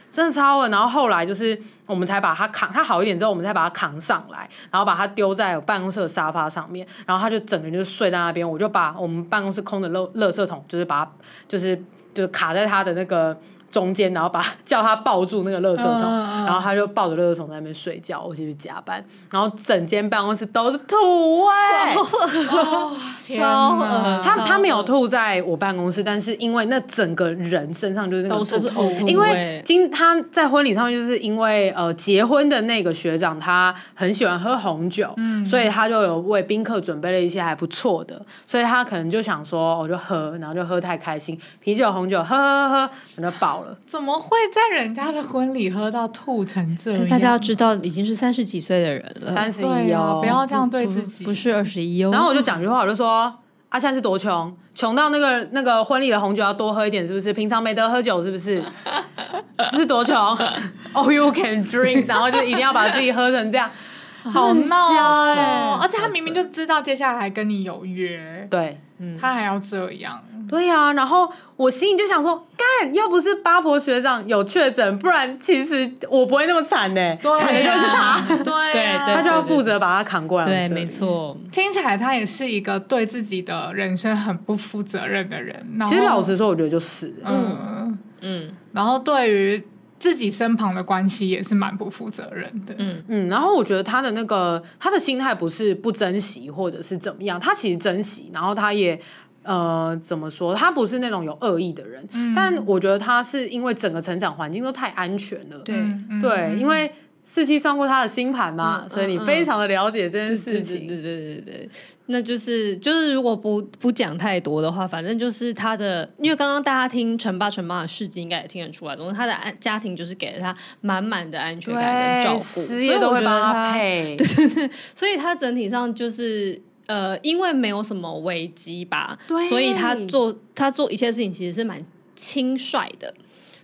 S2: 真的超恶。然后后来就是我们才把他扛，他好一点之后，我们才把他扛上来，然后把他丢在我办公室的沙发上面，然后他就整个人就睡在那边。我就把我们办公室空的垃垃圾桶，就是把他就是就是卡在他的那个。中间，然后把 他叫他抱住那个垃圾桶，
S3: 嗯嗯嗯
S2: 然后他就抱着垃圾桶在那边睡觉，我继续加班，然后整间办公室都是吐味，
S3: 天哪，
S2: 他他没有吐在我办公室，但是因为那整个人身上就是那个
S7: 都是
S2: 吐
S7: 呕吐
S2: 因为
S7: 味
S2: 今他在婚礼上面，就是因为呃结婚的那个学长他很喜欢喝红酒，
S3: 嗯
S2: 所以他就有为宾客准备了一些还不错的，所以他可能就想说哦我就喝，然后就喝太开心，啤酒红酒喝喝喝，然后就饱了。
S3: 怎么会在人家的婚礼喝到吐成这样？
S5: 大家要知道，已经是三十几岁的人了，
S2: 三十
S3: 呃对
S2: 一
S3: 呀，
S2: 哦，
S3: 不要这样对自己。
S5: 不，是二十一哦。
S2: 然后我就讲句话，我就说。啊，现在是多穷，穷到那个那个婚礼的红酒要多喝一点，是不是？平常没得喝酒，是不是？ 是多穷 ，All you can drink，然后就一定要把自己喝成这样。
S3: 好闹
S2: 很香
S3: 哦！
S2: 欸
S3: 而且他明明就知道接下来还跟你有约，
S2: 对，
S3: 他还要这样。
S2: 对呀、然后我心里就想说，干，要不是八婆学长有确诊，不然其实我不会那么惨呢、惨的
S3: 对
S2: 就
S3: 呀，
S2: 是他，
S3: 对啊呀
S5: 对
S2: 他就要负责把他扛过来。
S5: 对，没。错，
S3: 听起来他也是一个对自己的人生很不负责任的人。然后
S2: 其实老实说，我觉得就是、
S3: 嗯，
S7: 嗯，
S3: 然后对于自己身旁的关系也是蛮不负责任的。嗯
S2: 嗯，然后我觉得他的那个他的心态不是不珍惜或者是怎么样，他其实珍惜，然后他也呃怎么说，他不是那种有恶意的人，但我觉得他是因为整个成长环境都太安全了，
S7: 对
S3: 嗯
S2: 对因为四期算过他的星盘嘛，
S7: 嗯嗯
S2: 所以你非常的了解这件
S7: 对
S2: 事
S7: 对对
S2: 情。
S7: 对对对对，那就是就是如果不不讲太多的话，反正就是他的，因为刚刚大家听陈爸陈妈的事迹，应该也听得出来，总之他的安家庭就是给了他满满的安全感跟照
S2: 对，
S7: 顾，所
S2: 事
S7: 以
S2: 业都
S7: 我
S2: 会
S7: 觉得
S2: 帮
S7: 他
S2: 配，
S7: 所以他整体上就是呃，因为没有什么危机吧，所以他做他做一切事情其实是蛮轻率的。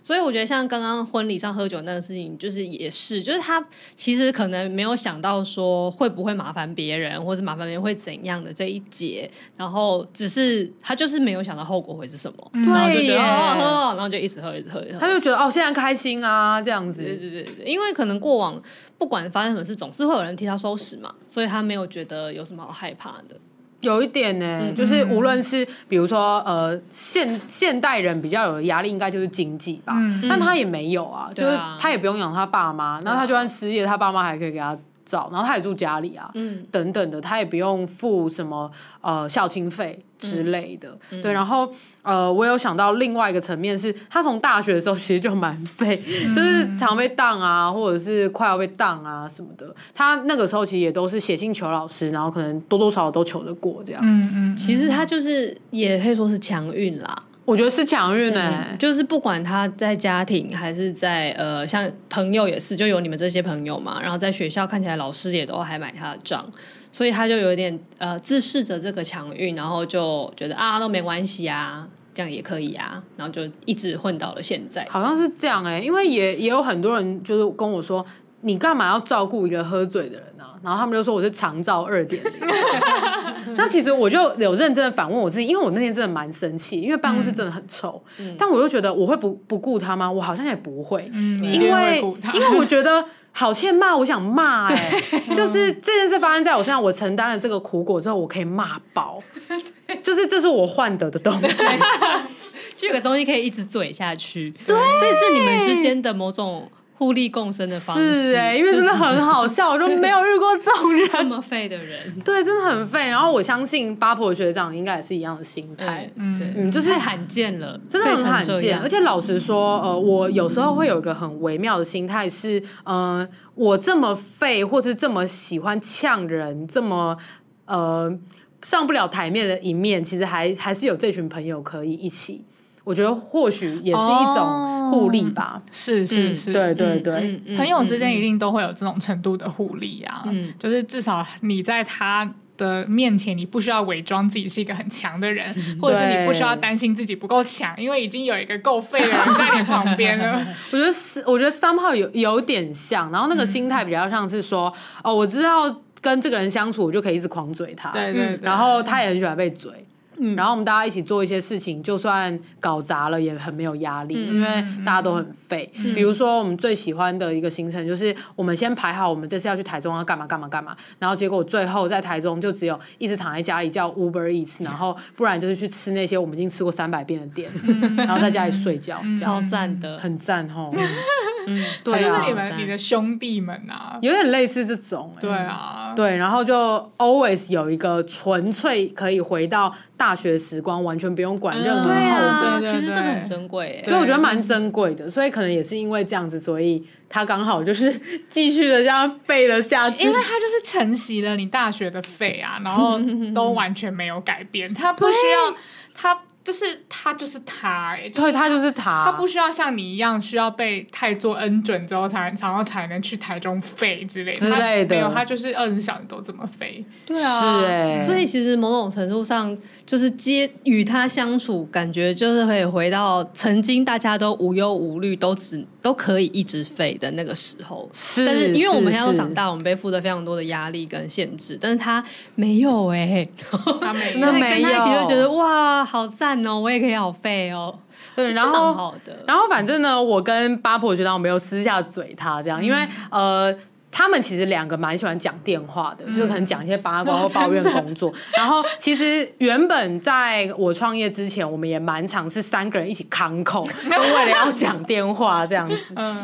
S5: 所以我觉得像刚刚婚礼上喝酒那个事情，就是也是，就是他其实可能没有想到说会不会麻烦别人，或是麻烦别人会怎样的这一节，然后只是他就是没有想到后果会是什么，
S3: 嗯
S5: 然后就觉
S2: 对耶
S5: 得哦喝哦，然后就一直喝，一直喝，一直喝
S2: 他。就觉得哦，现在开心啊，这样
S5: 对
S2: 子。
S5: 对对对，因为可能过往不管发生什么事，总是会有人替他收拾嘛，所以他没有觉得有什么好害怕的。
S2: 有一点呢、
S5: 嗯
S2: 就是无论是比如说呃现现代人比较有的压力，应该就是经济吧，
S3: 嗯
S2: 但他也没有啊，就
S5: 对
S2: 是
S5: 啊
S2: 他也不用养他爸妈，然后他就算失业，他爸妈还可以给他照，然后他也住家里啊，
S5: 嗯，
S2: 等等的，他也不用付什么呃校庆费之类的。
S5: 嗯
S2: 对，然后呃，我有想到另外一个层面是，他从大学的时候其实就蛮废，
S5: 嗯
S2: 就是常被当啊，或者是快要被当啊什么的。他那个时候其实也都是写信求老师，然后可能多多少少都求得过这样。
S3: 嗯嗯，
S5: 其实他就是也可以说是强运啦，
S2: 我觉得是强运欸呢、
S5: 嗯就是不管他在家庭还是在呃，像朋友也是，就有你们这些朋友嘛，然后在学校看起来老师也都还买他的账，所以他就有点呃自视着这个强运，然后就觉得啊都没关系啊，这样也可以啊，然后就一直混到了现在。
S2: 好像是这样哎、因为也也有很多人就是跟我说，你干嘛要照顾一个喝醉的人呢、然后他们就说我是长照二点 零。那其实我就有认真的反问我自己，因为我那天真的蛮生气，因为办公室真的很臭，但我又觉得我会不不顾他吗？我好像也不会，
S3: 嗯，
S2: 因
S3: 你一定
S2: 为
S3: 会顾他
S2: 因为我觉得好欠骂，我想骂、欸，就是这件事发生在我身上，我承担了这个苦果之后，我可以骂 爆，就是这是我换得的东西。
S5: 就有个东西可以一直嘴下去，对，这是你们之间的某种互利共生的方式。
S2: 是哎、因为真的很 好笑，我就没有遇过这种人。
S5: 这么废的人，
S2: 对，真的很废。然后我相信八婆学长应该也是一样的心态，
S5: 嗯，
S2: 嗯就是
S5: 太罕见了，
S2: 真的很罕
S5: 废成这
S2: 见。
S5: 样
S2: 而且老实说，呃，我有时候会有一个很微妙的心态是，呃，我这么废，或是这么喜欢呛人，这么呃上不了台面的一面，其实还还是有这群朋友可以一起。我觉得或许也是一种互利吧。
S3: 是是
S5: 嗯
S3: 是，
S2: 对对对，
S5: 哦嗯嗯
S3: 朋友之间
S5: 嗯
S3: 一定都会有这种程度的互利啊，
S5: 嗯
S3: 就是至少你在他。的面前，你不需要伪装自己是一个很强的人，或者是你不需要担心自己不够强，因为已经有一个够废的人在你旁边了。
S2: 我觉得是，我觉得三炮有有点像，然后那
S3: 嗯
S2: 个心态比较像是说，哦，我知道跟这个人相处，我就可以一直狂嘴他，
S3: 对嗯对对
S2: 然后他也很喜欢被嘴。然后我们大家一起做一些事情，就算搞砸了也很没有压力，
S3: 嗯
S2: 因为大家都很废。比如说，我们最喜欢的一个行程就是，我们先排好我们这次要去台中要干嘛干嘛干嘛，然后结果最后在台中就只有一直躺在家里叫 Uber Eats，然后不然就是去吃那些我们已经吃过三百遍的店，
S3: 嗯
S2: 然后在家里睡觉，这样
S5: 嗯超赞的，
S2: 很赞吼。
S3: 他
S2: 嗯对
S3: 就
S2: 啊
S3: 是你们你的兄弟们啊，
S2: 有点类似这种、欸，
S3: 对啊，
S2: 对，然后就 always 有一个纯粹可以回到大学时光，完全不用管
S5: 嗯
S2: 任何
S3: 对
S2: 后
S3: 啊
S2: 果，
S3: 对对
S5: 其实这个
S3: 对
S5: 很珍贵
S2: 所
S5: 欸，
S2: 以我觉得蛮珍贵的。所以可能也是因为这样子，所以他刚好就是继续的这样废了下去
S3: 因。为他就是承袭了你大学的废啊，然后都完全没有改变，他不需要，他就是他就是他、欸，就
S2: 所以
S3: 是
S2: 他就是他，
S3: 他不需要像你一样需要被太做恩准之后才然后才能去台中废之类的
S2: 之类的
S3: 他没有，他就是二十小时都这么废，
S5: 对
S2: 是欸
S5: 啊所以其实某种程度上，就是接与他相处，感觉就是可以回到曾经大家都无忧无虑，都只都可以一直飞的那个时候。
S2: 是
S5: 但是因为我们现在都长，大，我们背负着非常多的压力跟限制，但是他没有哎、
S3: 他没
S2: 那
S3: 有。
S5: 对，
S2: 没
S5: 跟他一起
S2: 有
S5: 就觉得哇，好赞哦，我也可以好废哦，
S2: 对
S5: 其实
S2: 然后
S5: 蛮好的，
S2: 然后反正呢，我跟八婆学长我没有私下嘴他这样，因为呃。他们其实两个蛮喜欢讲电话的，就是可能讲一些八卦或抱怨工作。然后其实原本在我创业之前，我们也蛮常是三个人一起扛口，就为了要讲电话这样子。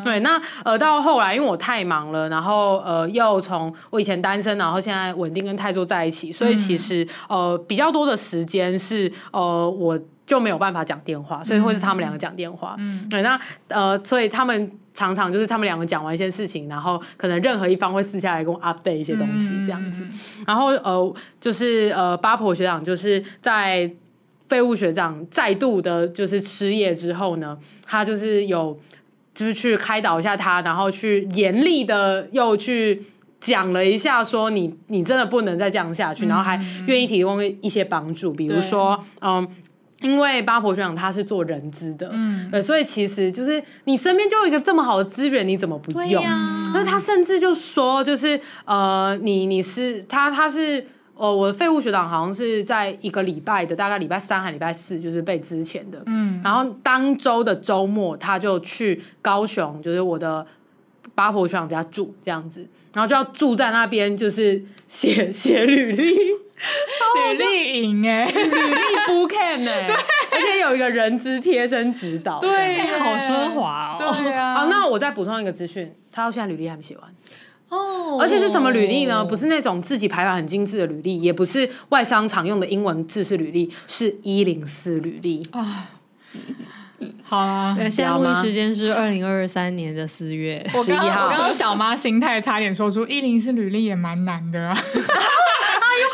S2: 对，那呃到后来，因为我太忙了，然后呃又从我以前单身，然后现在稳定跟泰座在一起，所以其实、呃比较多的时间是呃我就没有办法讲电话，所以会是他们两个讲电话。嗯，对，那呃所以他们。常常就是他们两个讲完一些事情，然后可能任何一方会私下来跟我 update 一些东西这样子。然后呃，就是呃，八婆学长就是在废物学长再度的就是失业之后呢，他就是有就是去开导一下他，然后去严厉的又去。讲了一下，说你你真的不能再这样下去，然后还愿意提供一些帮助，比如说，嗯，因为八婆学长他是做人资的，
S3: 嗯，
S2: 对，所以其实就是你身边就有一个这么好的资源，你怎么不
S7: 对
S2: 用？
S7: 呀，
S2: 那
S3: 嗯
S2: 他甚至就说，就是呃，你你是他他是呃，我的废物学长好像是在一个礼拜的大概礼拜三还礼拜四，就是被之前的，
S3: 嗯，
S2: 然后当周的周末他就去高雄，就是我的八婆学长家住这样子，然后就要住在那边，就是写写履历。
S3: 履历营哎，
S2: 履历不 can 呢、而且有一个人资贴身指导。
S3: 对
S2: 啊、
S3: 耶，
S7: 好奢华哦。
S3: 对啊，
S2: 好，那我再补充一个资讯，他到现在履历还没写完，
S7: 哦
S2: 而且是什么履历呢？不是那种自己排版很精致的履历，也不是外商常用的英文制式履历，是一零四履历。
S3: 好啊。
S7: 对，现在录音时间是二零二三年的四月
S3: 我
S7: 十一
S3: 刚刚我
S7: 号
S3: 刚。刚小妈心态差点说出一零四履历也蛮难的、啊，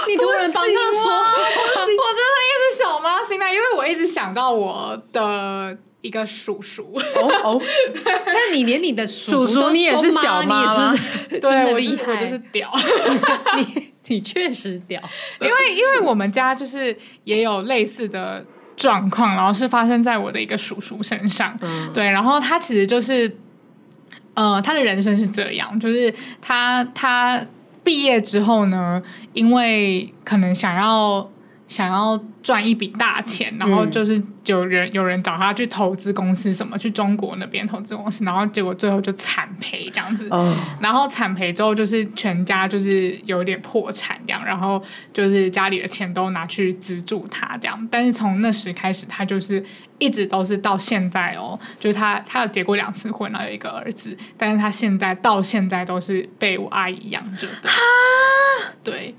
S7: 你突然帮他说，
S3: 我真的一直小妈心态，因为我一直想到我的一个叔叔，
S2: 哦哦，
S7: 但你连你的
S2: 叔叔你也是小妈吗
S7: 你也是真
S3: 对
S7: 的
S3: 我
S7: 厉
S3: 就是
S7: 害，
S3: 我就是屌，
S7: 你，你确实屌。
S3: 因为因为我们家就是也有类似的状况，然后是发生在我的一个叔叔身上，
S7: 嗯，
S3: 对，然后他其实就是，呃，他的人生是这样，就是他他毕业之后呢，因为可能想要想要赚一笔大钱，然后
S2: 嗯
S3: 就是有人、有人找他去投资公司什么，去中国那边投资公司，然后结果最后就惨赔这样子。
S2: 哦，
S3: 然后产赔之后，就是全家就是有点破产这样，然后就是家里的钱都拿去资助他这样。但是从那时开始，他就是一直都是到现在哦，就是他他有结过两次婚，然后有一个儿子，但是他现在到现在都是被我阿姨养着的，对，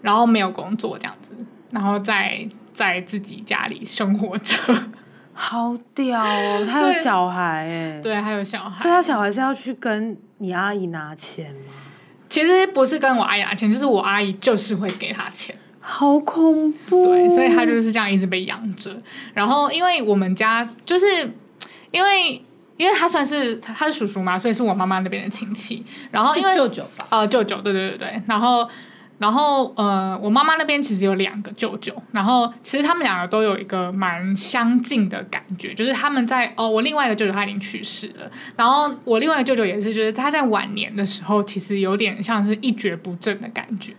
S3: 然后没有工作这样子，然后在在自己家里生活着，
S2: 好屌哦，他有
S3: 对
S2: 小孩哎、
S3: 对，还有小孩，
S2: 所以他小孩是要去跟你阿姨拿钱吗？
S3: 其实不是跟我阿姨拿钱，就是我阿姨就是会给他钱。
S2: 好恐怖！
S3: 对，
S5: 哦
S3: 所以他就是这样一直被养着。然后因为我们家就是因为因为他算是他他是叔叔嘛，所以是我妈妈那边的亲戚。然后因为
S5: 舅舅吧，
S3: 呃舅舅，对对对对，然后。然后，呃，我妈妈那边其实有两个舅舅，然后其实他们两个都有一个蛮相近的感觉，就是他们在哦，我另外一个舅舅他已经去世了，然后我另外一个舅舅也是，就是他在晚年的时候，其实有点像是一蹶不振的感觉，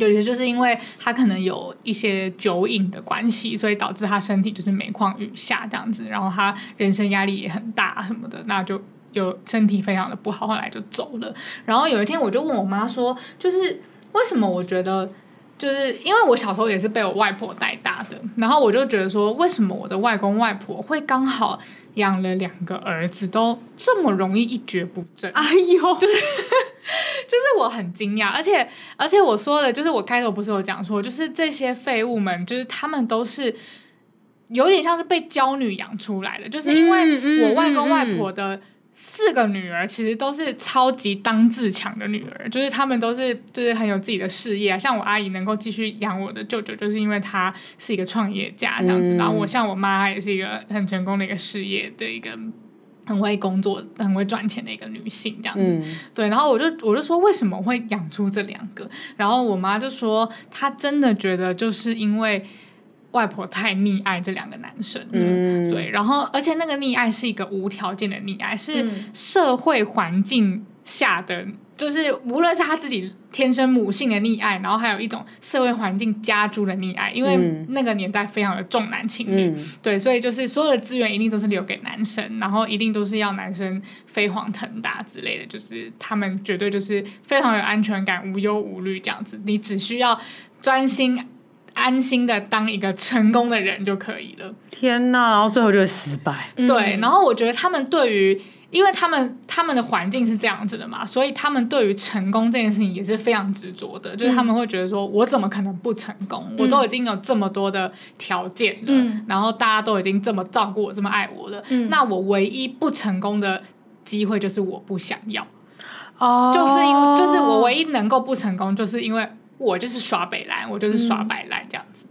S3: 有些就是因为他可能有一些酒瘾的关系，所以导致他身体就是每况愈下这样子，然后他人生压力也很大什么的，那就有身体非常的不好，后来就走了。然后有一天我就问我妈说，就是为什么我觉得。就是因为我小时候也是被我外婆带大的，然后我就觉得说，为什么我的外公外婆会刚好养了两个儿子，都这么容易一蹶不振？
S2: 哎呦，就是
S3: 就是我很惊讶，而且而且我说的，就是我开头不是有讲说，就是这些废物们，就是他们都是有点像是被娇女养出来的，就是因
S2: 嗯嗯
S3: 为我外公
S2: 嗯
S3: 外婆的四个女儿其实都是超级当自强的女儿，就是她们都是就是很有自己的事业啊，像我阿姨能够继续养我的舅舅，就是因为她是一个创业家这样子，
S2: 嗯
S3: 然后我像我妈她也是一个很成功的一个事业的一个。很会工作、很会赚钱的一个女性，这样子。
S2: 嗯，
S3: 对，然后我就我就说为什么会养出这两个，然后我妈就说她真的觉得就是因为外婆太溺爱这两个男生了，
S2: 嗯
S3: 对，然后而且那个溺爱是一个无条件的溺爱，是
S2: 嗯
S3: 社会环境下的。就是无论是她自己天生母性的溺爱，然后还有一种社会环境加诸的溺爱，因为
S2: 嗯
S3: 那个年代非常的重男轻女，
S2: 嗯，
S3: 对，所以就是所有的资源一定都是留给男生，然后一定都是要男生飞黄腾达之类的，就是他们绝对就是非常有安全感、无忧无虑这样子。你只需要专心、安心的当一个成功的人就可以了。
S2: 天哪！然后最后就会失败。
S5: 嗯
S3: 对，然后我觉得他们对于。因为他们他们的环境是这样子的嘛，所以他们对于成功这件事情也是非常执着的，就是他
S5: 嗯
S3: 们会觉得说，我怎么可能不成功？我都已经有这么多的条件了，
S4: 嗯
S3: 然后大家都已经这么照顾我、这么爱我了，
S4: 嗯
S3: 那我唯一不成功的机会就是我不想要，
S2: 哦
S3: 就是因为就是我唯一能够不成功，就是因为我就是耍北兰，我就是耍摆烂这样子。
S2: 哦
S5: 嗯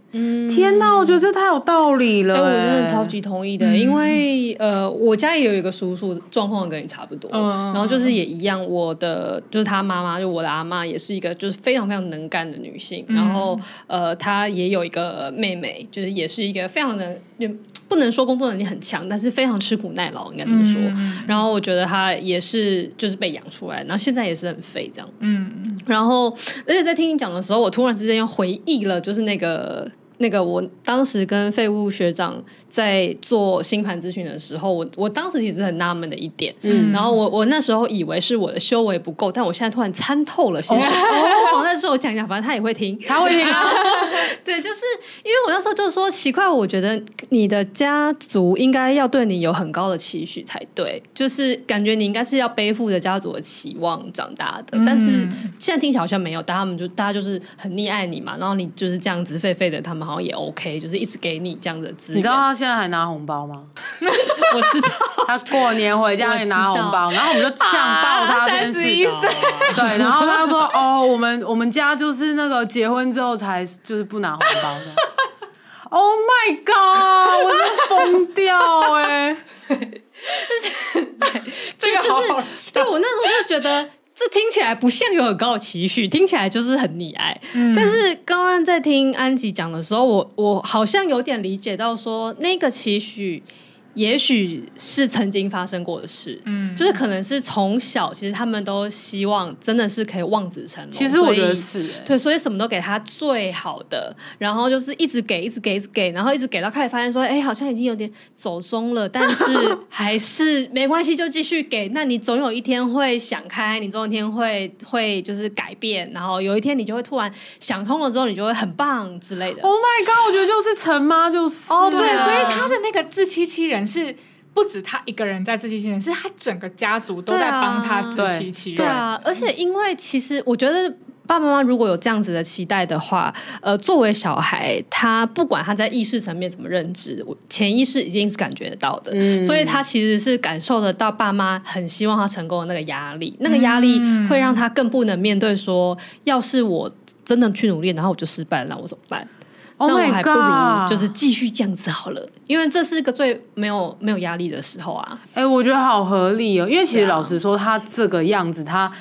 S2: 天哪，我觉得这太有道理了、
S5: 哎、
S2: 哎
S5: 我真的超级同意的，因
S3: 嗯
S5: 为呃，我家也有一个叔叔，状况跟你差不多，
S3: 嗯
S5: 哦然后就是也一样，我的就是他妈妈，就我的阿妈，也是一个就是非常非常能干的女性，然
S3: 嗯
S5: 后呃，她也有一个妹妹，就是也是一个非常能，也不能说工作能力很强，但是非常吃苦耐劳，应该这
S3: 嗯
S5: 么说。然后我觉得她也是就是被养出来，然后现在也是很肥这样。
S3: 嗯，
S5: 然后，而且在听你讲的时候，我突然之间又回忆了，就是那个那个我当时跟废物学长在做星盘咨询的时候，我我当时其实很纳闷的一点，嗯，然后我我那时候以为是我的修为不够，但我现在突然参透了些什么。哦，那之后我讲一讲，反正他也会听，
S2: 他会听啊，
S5: 对，就是因为我那时候就说奇怪，我觉得你的家族应该要对你有很高的期许才对，就是感觉你应该是要背负着家族的期望长大的。
S2: 嗯
S5: 但是现在听起来好像没有，但他们就大家就是很溺爱你嘛，然后你就是这样子废废的，他们好像也 OK，就是一直给你这样子的资
S2: 你
S5: 源
S2: 知。道他现在还拿红包 吗？
S5: 我知道，
S2: 他过年回家也拿红包，然后我们就呛爆
S5: 啊
S2: 他这件事。
S3: 31岁
S2: 对，然后他说：“哦，我们我们家就是那个结婚之后才就是不拿红包的。” Oh my god！我真的疯掉哎、
S5: 这
S3: 个
S5: 就是
S3: 好好笑
S5: 对我那时候就觉得。这听起来不像有很高的期许，听起来就是很溺爱。但是刚刚在听安吉讲的时候，我我好像有点理解到说，那个期许也许是曾经发生过的事，嗯，就是可能是从小其实他们都希望真的是可以望子成龙。
S2: 其实我觉得
S5: 所以
S2: 是、欸，
S5: 对，所以什么都给他最好的，然后就是一直给，一直给，一直给，然后一直给到开始发现说，哎，好像已经有点走中了，但是还是没关系，就继续给。那你总有一天会想开，你总有一天会会就是改变，然后有一天你就会突然想通了之后，你就会很棒之类的。
S2: Oh my god！我觉得就是陈妈就是
S3: 哦对，
S2: 啊
S3: 所以他的那个自欺欺人是不止他一个人在自欺欺人，是他整个家族都在帮他自欺欺
S5: 对
S3: 人。
S5: 啊，而且因为其实我觉得。爸爸妈妈如果有这样子的期待的话，呃，作为小孩，他不管他在意识层面怎么认知，我潜意识一定是感觉得到的，
S2: 嗯
S5: 所以他其实是感受得到爸妈很希望他成功的那个压力，那个压力
S2: 嗯
S5: 会让他更不能面对说，要是我真的去努力，然后我就失败了，那我怎么办？
S2: ，Oh
S5: 那我
S2: my
S5: 还
S2: god，
S5: 不如就是继续这样子好了，因为这是一个最没有没有压力的时候啊。
S2: 哎、我觉得好合理哦，因为其实
S5: 对啊
S2: 老实说，他这个样子，他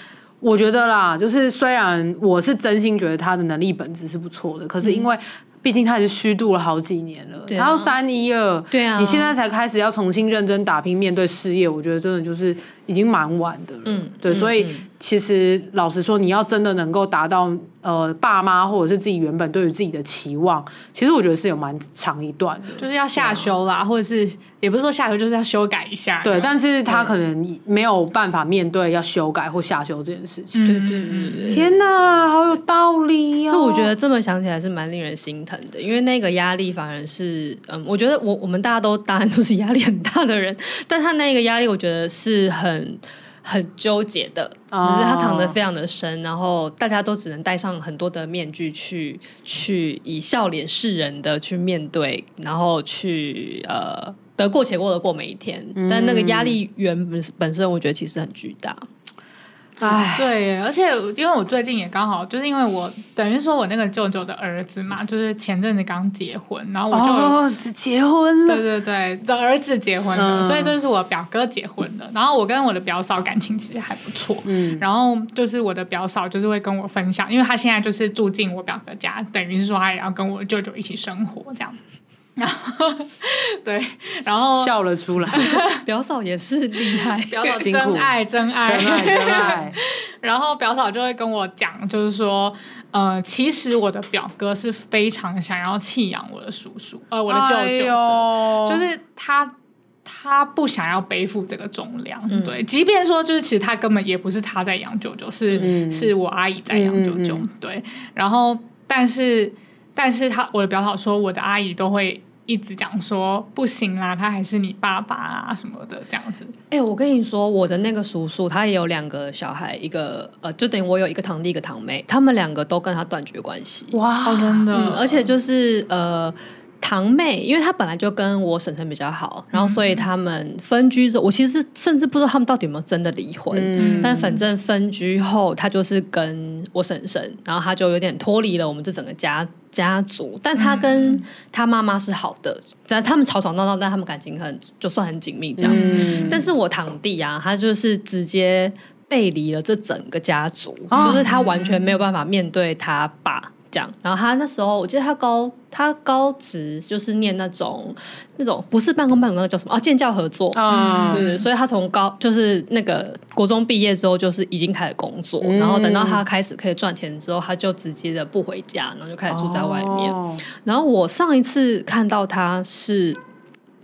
S2: 我觉得啦，就是虽然我是真心觉得他的能力本质是不错的，可是因为。毕竟他已经虚度了好几年了，
S5: 嗯对啊
S2: 他要三一二，
S5: 对啊
S2: 你现在才开始要重新认真打拼面对事业，我觉得真的就是已经蛮晚的了。
S5: 嗯
S2: 对，
S5: 嗯
S2: 所以
S5: 嗯
S2: 其实老实说，你要真的能够达到呃爸妈或者是自己原本对于自己的期望，其实我觉得是有蛮长一段的。
S3: 就是要下修啦，或者是也不是说下修，就是要修改一下。
S2: 对，但是他可能没有办法面对要修改或下修这件事情。
S3: 对
S5: 对对对
S2: 天哪，好有道理哦！
S5: 所以我觉得这么想起来是蛮令人心疼的，因为那个压力反而是，嗯，我觉得我我们大家都当然都是压 力很大的人，但他那个压力我觉得是很很纠结的，
S2: 哦
S5: 就是他藏得非常的深，然后大家都只能戴上很多的面具去去以笑脸示人的去面对，然后去呃。得过且过的过每一天，但那个压
S2: 嗯
S5: 力源本本身，我觉得其实很巨大。
S2: 唉，
S3: 对耶，而且因为我最近也刚好，就是因为我等于说我那个舅舅的儿子嘛，就是前阵子刚结婚，然后我就、
S2: 哦，只结婚
S3: 对
S2: 了，
S3: 对对的儿子结婚了，
S2: 嗯
S3: 所以就是我表哥结婚了，然后我跟我的表嫂感情其实还不错，
S2: 嗯，
S3: 然后就是我的表嫂就是会跟我分享，因为她现在就是住进我表哥家，等于是说她也要跟我舅舅一起生活这样。然后对，然后
S2: 笑了出来，
S5: 表嫂也是厉害，
S3: 表嫂
S2: 辛苦
S3: 真爱真爱
S2: 真爱真爱，
S3: 然后表嫂就会跟我讲，就是说，呃，其实我的表哥是非常想要弃养我的叔叔，呃，我的舅舅的，
S2: 哎哎呦
S3: 就是他。他不想要背负这个重量，
S2: 嗯
S3: 对，即便说就是其实他根本也不是他在养舅舅，是、
S2: 嗯
S3: 是我阿姨在养舅舅，
S2: 嗯嗯
S3: 对。然后，但是，但是他我的表嫂说，我的阿姨都会一直讲说，不行啦，他还是你爸爸啊什么的这样子。
S5: 哎、我跟你说，我的那个叔叔他也有两个小孩，一个呃，就等于我有一个堂弟，一个堂妹，他们两个都跟他断绝关系。嗯
S2: 哇，
S3: 哦真的
S5: 嗯，而且就是呃，堂妹，因为她本来就跟我婶婶比较好，然后所
S2: 嗯
S5: 以他们分居之后，我其实甚至不知道他们到底有没有真的离婚，
S2: 嗯
S5: 但反正分居后，她就是跟我婶婶，然后她就有点脱离了我们这整个家家族，但她
S2: 嗯
S5: 跟她妈妈是好的，但他们吵吵闹闹，但他们感情很就算很紧密这样，
S2: 嗯
S5: 但是我堂弟啊，他就是直接背离了这整个家族，就是他完全没有办法面对他爸这样。然后他那时候，我记得他高他高职就是念那种那种不是办公办公那个叫什么啊，建教合作。
S2: 啊
S5: 对，对，所以他从高就是那个国中毕业之后，就是已经开始工作，然后等到他开始可以赚钱之后，他就直接的不回家，然后就开始住在外面。
S2: 哦
S5: 然后我上一次看到他是，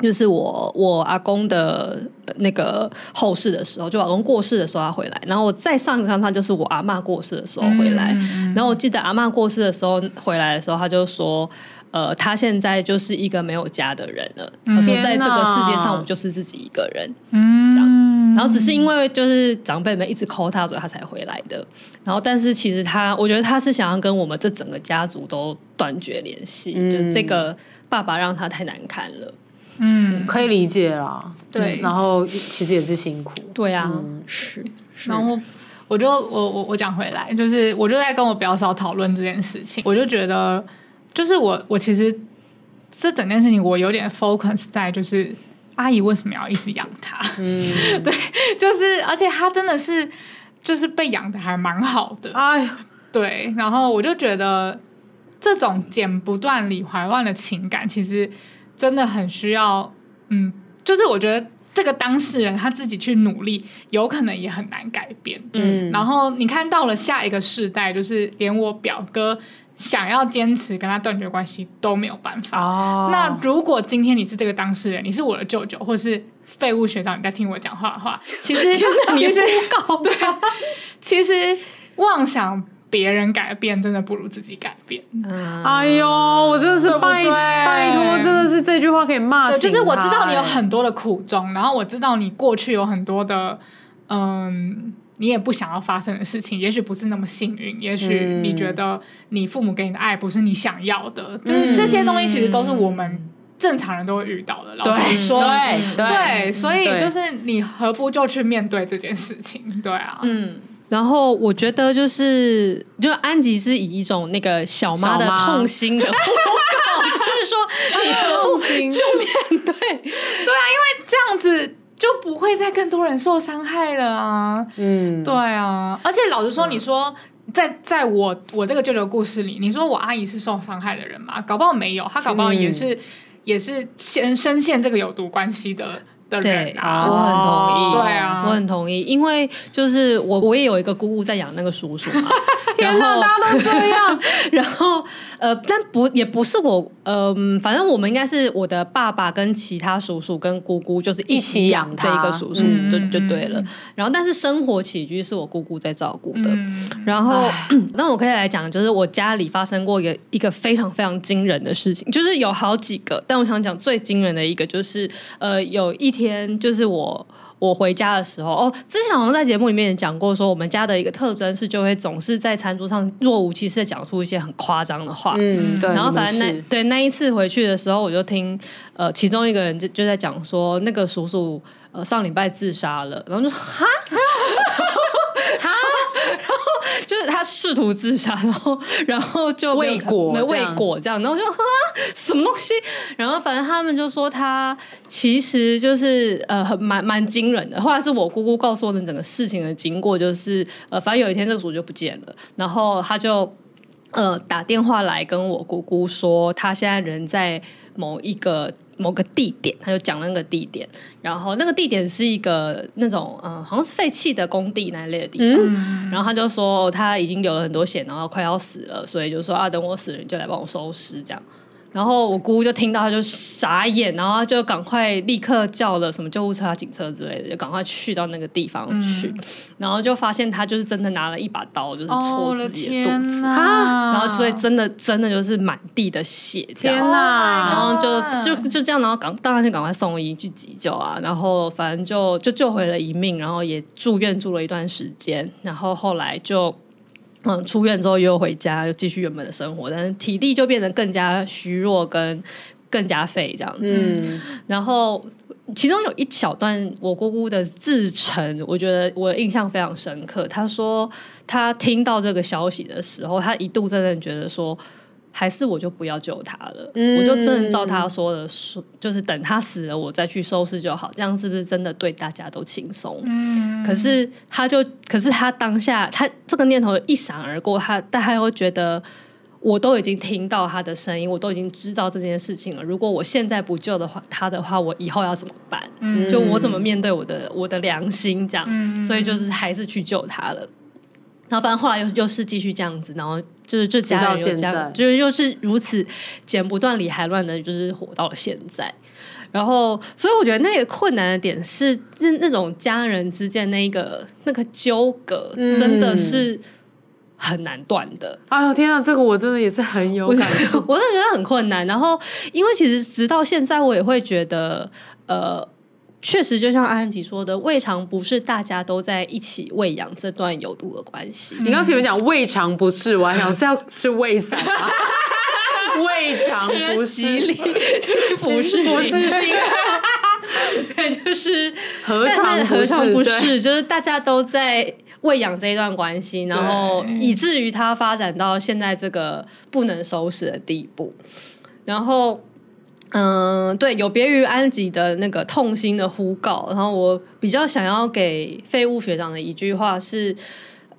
S5: 就是我我阿公的呃那个后事的时候，就我阿公过世的时候他回来，然后我再上一次看他就是我阿嬷过世的时候回来，
S3: 嗯
S2: 嗯
S5: 然后我记得阿嬷过世的时候回来的时候，他就说。呃，他现在就是一个没有家的人了。他说，
S2: 嗯天
S5: 在这个
S2: 哪
S5: 世界上，我就是自己一个人。
S3: 嗯，
S5: 这样然后只是因为就是长辈们一直 call 他，所以他才回来的。然后，但是其实他，我觉得他是想要跟我们这整个家族都断绝联系，
S2: 嗯
S5: 就这个爸爸让他太难堪了。
S3: 嗯，
S2: 可以理解啦。嗯
S3: 对
S2: 然后其实也是辛苦。
S5: 对啊，
S2: 嗯
S5: 是是，
S3: 然后我就我我我讲回来，就是我就在跟我表嫂讨论这件事情，我就觉得，就是我我其实这整件事情我有点 focus 在就是阿姨为什么要一直养她，
S2: 嗯，
S3: 就是而且她真的是就是被养的还蛮好的，
S2: 哎呀，
S3: 对，然后我就觉得这种剪不断理还乱的情感，其实真的很需要，嗯，就是我觉得这个当事人他自己去努力，有可能也很难改变。
S2: 嗯
S3: 然后你看到了下一个世代，就是连我表哥想要坚持跟他断绝关系都没有办法。
S2: 哦，
S3: 那如果今天你是这个当事人，你是我的舅舅，或是废物学长，你在听我讲话的话，其实其实搞 对啊，其实妄想别人改变，真的不如自己改变。
S5: 嗯啊
S2: 哎呦，我真的是
S3: 对不
S2: 拜
S3: 对
S2: 拜托，真的是这句话可以骂
S3: 对，
S2: 醒他。
S3: 就是我知道你有
S2: 哎
S3: 很多的苦衷，然后我知道你过去有很多的，嗯，你也不想要发生的事情，也许不是那么幸运，也许
S2: 嗯
S3: 你觉得你父母给你的爱不是你想要的，
S2: 嗯
S3: 就是这些东西其实都是我们正常人都会遇到的。老实
S2: 对
S3: 说，
S2: 对嗯
S3: 对，所以
S2: 对
S3: 就是你何不就去面对这件事情？对啊，
S5: 嗯。然后我觉得就是，就安吉是以一种那个小妈的
S2: 小妈
S5: 痛心 的呼告，就是说你
S2: 哎
S5: 何不 就面对？
S3: 这样子就不会再更多人受伤害了啊。
S2: 嗯，
S3: 对啊，而且老实说，你说在在我我这个舅舅故事里，你说我阿姨是受伤害的人吗？搞不好没有，她搞不好也是、也是先深陷这个有毒关系的的
S5: 对
S3: 人，啊。
S5: 我很同意。
S2: 哦
S3: 对啊，
S5: 我很同意，因为就是我我也有一个姑姑在养那个叔叔嘛，
S2: 天
S5: 然
S2: 哪，
S5: 后
S2: 大家都这样，
S5: 然后呃，但不也不是我，嗯、反正我们应该是我的爸爸跟其他叔叔跟姑姑就是一起养这个叔叔，
S2: 嗯
S5: 对
S3: 嗯
S5: 就
S3: 嗯
S5: 对了。然后但是生活起居是我姑姑在照顾的，
S3: 嗯
S5: 然后， 那我可以来讲，就是我家里发生过一个一个非常非常惊人的事情，就是有好几个，但我想讲最惊人的一个就是，呃，有一天就是我。我回家的时候，哦，之前好像在节目里面也讲过，说我们家的一个特征是，就会总是在餐桌上若无其事的讲出一些很夸张的 话。
S2: 嗯，对，
S5: 然后
S2: 你们
S5: 反正那
S2: 是
S5: 对那一次回去的时候，我就听呃其中一个人就就在讲说，那个叔叔呃上礼拜自杀了，然后就说哈哈，然后就是他试图自杀，然后然后就没有
S2: 未果
S5: 没
S2: 这
S5: 未
S2: 样
S5: 果这样，然后我就哈什么东西，然后反正他们就说他其实就是呃很蛮蛮惊人的。后来是我姑姑告诉我的整个事情的经过，就是呃反正有一天这个主就不见了，然后他就。呃，打电话来跟我姑姑说，他现在人在某一个某个地点，他就讲了那个地点，然后那个地点是一个那种嗯、呃好像是废弃的工地那一类的地
S2: 嗯
S5: 方，然后他就说、哦他已经流了很多血，然后快要死了，所以就说啊，等我死了你就来帮我收尸这样。然后我姑姑就听到，她就傻眼，然后她就赶快立刻叫了什么救护车、啊、警车之类的，就赶快去到那个地方去，
S3: 嗯
S5: 然后就发现他就是真的拿了一把刀，就是
S3: 哦我
S5: 戳
S3: 的
S5: 自己的肚子，
S3: 天哪！
S5: 然后所以真的真的就是满地的血这
S2: 天
S5: 样。然
S2: 哪，
S5: 后就
S3: God
S5: 就就这样，然后赶当然就赶快送医去急救啊，然后反正就就救回了一命，然后也住院住了一段时间，然后后来就嗯出院之后又回家，又继续原本的生活，但是体力就变得更加虚弱跟更加废这样子。
S2: 嗯，
S5: 然后其中有一小段我姑姑的自陈，我觉得我印象非常深刻。她说她听到这个消息的时候，她一度真的觉得说。还是我就不要救他了，
S2: 嗯
S5: 我就真的照他说的说，就是等他死了我再去收拾就好，这样是不是真的对大家都轻松？
S3: 嗯，
S5: 可是他就，可是他当下他这个念头一闪而过，他但他又觉得。我都已经听到他的声音，我都已经知道这件事情了。如果我现在不救的话，他的话，我以后要怎么办？
S2: 嗯
S5: 就我怎么面对我的我的良心这样？
S3: 嗯
S5: 所以就是还是去救他了。然后反正后来又又是继续这样子，然后就是这家人
S2: 直
S5: 又这
S2: 到现在
S5: 样，就是又是如此剪不断理还乱的，就是活到了现在。然后，所以我觉得那个困难的点是，那那种家人之间那个那个纠葛，
S2: 嗯
S5: 真的是很难断的。
S2: 哎呦天啊，这个我真的也是很有
S5: 我
S2: 感触。
S5: 我真的觉得很困难。然后，因为其实直到现在，我也会觉得，呃，确实就像安吉说的，未尝不是大家都在一起喂养这段有毒的关系。
S2: 你刚前面讲未尝不是，我还想是要吃胃散 吗？未尝不是，
S5: 不 是
S2: 不 是，
S5: 对，就是，
S2: 何
S5: 但
S2: 尝
S5: 是何尝不
S2: 对
S5: 是？就是大家都在喂养这一段关系，然后以至于它发展到现在这个不能收拾的地步，然后。嗯，对，有别于安吉的那个痛心的呼告，然后我比较想要给废物学长的一句话是，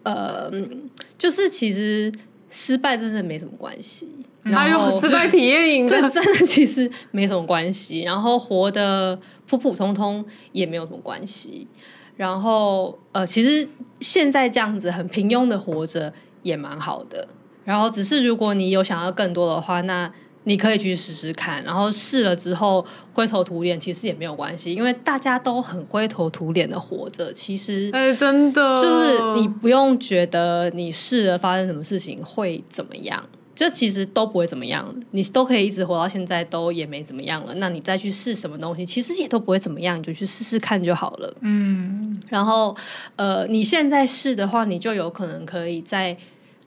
S5: 呃，嗯就是其实失败真的没什么关系，
S2: 哎
S5: 然后
S2: 呦，失败体验营
S5: 这
S2: 的，
S5: 真的其实没什么关系，然后活得普普通通也没有什么关系。然后呃，其实现在这样子很平庸的活着也蛮好的。然后只是如果你有想要更多的话，那你可以去试试看。然后试了之后灰头土脸，其实也没有关系，因为大家都很灰头土脸的活着，其实
S2: 哎，真的，
S5: 就是你不用觉得你试了发生什么事情会怎么样，就其实都不会怎么样，你都可以一直活到现在，都也没怎么样了。那你再去试什么东西，其实也都不会怎么样，你就去试试看就好了。
S3: 嗯
S5: 然后，呃，你现在试的话，你就有可能可以再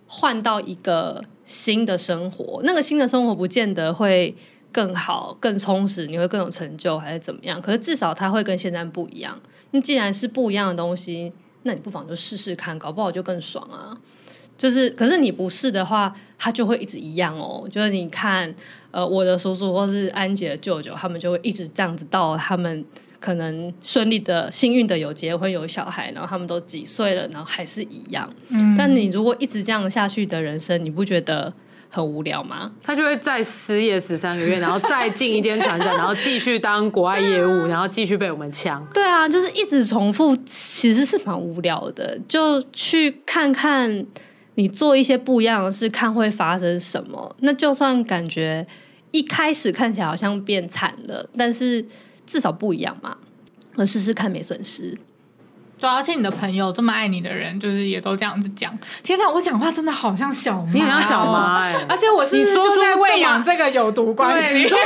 S5: 换到一个新的生活。那个新的生活不见得会更好、更充实，你会更有成就还是怎么样？可是至少它会跟现在不一样。那既然是不一样的东西，那你不妨就试试看，搞不好就更爽啊。就是，可是你不试的话，它就会一直一样哦。就是你看，呃，我的叔叔或是安姐的舅舅，他们就会一直这样子到他们可能顺利的、幸运的有结婚有小孩，然后他们都几岁了，然后还是一样。
S3: 嗯，
S5: 但你如果一直这样下去的人生，你不觉得很无聊吗？
S2: 他就会再失业十三个月，然后再进一间船长，然后继续当国外 业
S3: 啊
S2: 务，然后继续被我们抢。
S5: 对啊，就是一直重复，其实是蛮无聊的。就去看看你做一些不一样的事，看会发生什么。那就算感觉一开始看起来好像变惨了，但是至少不一样嘛。我试试看没损失，
S3: 主啊要而且你的朋友这么爱你的人，就是也都这样子讲。天哪，我讲话真的好像小妈、
S2: 你很像小妈，哎，
S3: 而且我是
S2: 你
S3: 不是
S2: 说
S3: 就
S2: 出
S3: 在
S2: 这
S3: 喂
S2: 么
S3: 养这个有毒关
S2: 对，
S3: 系
S2: 你。
S3: 哦
S2: 说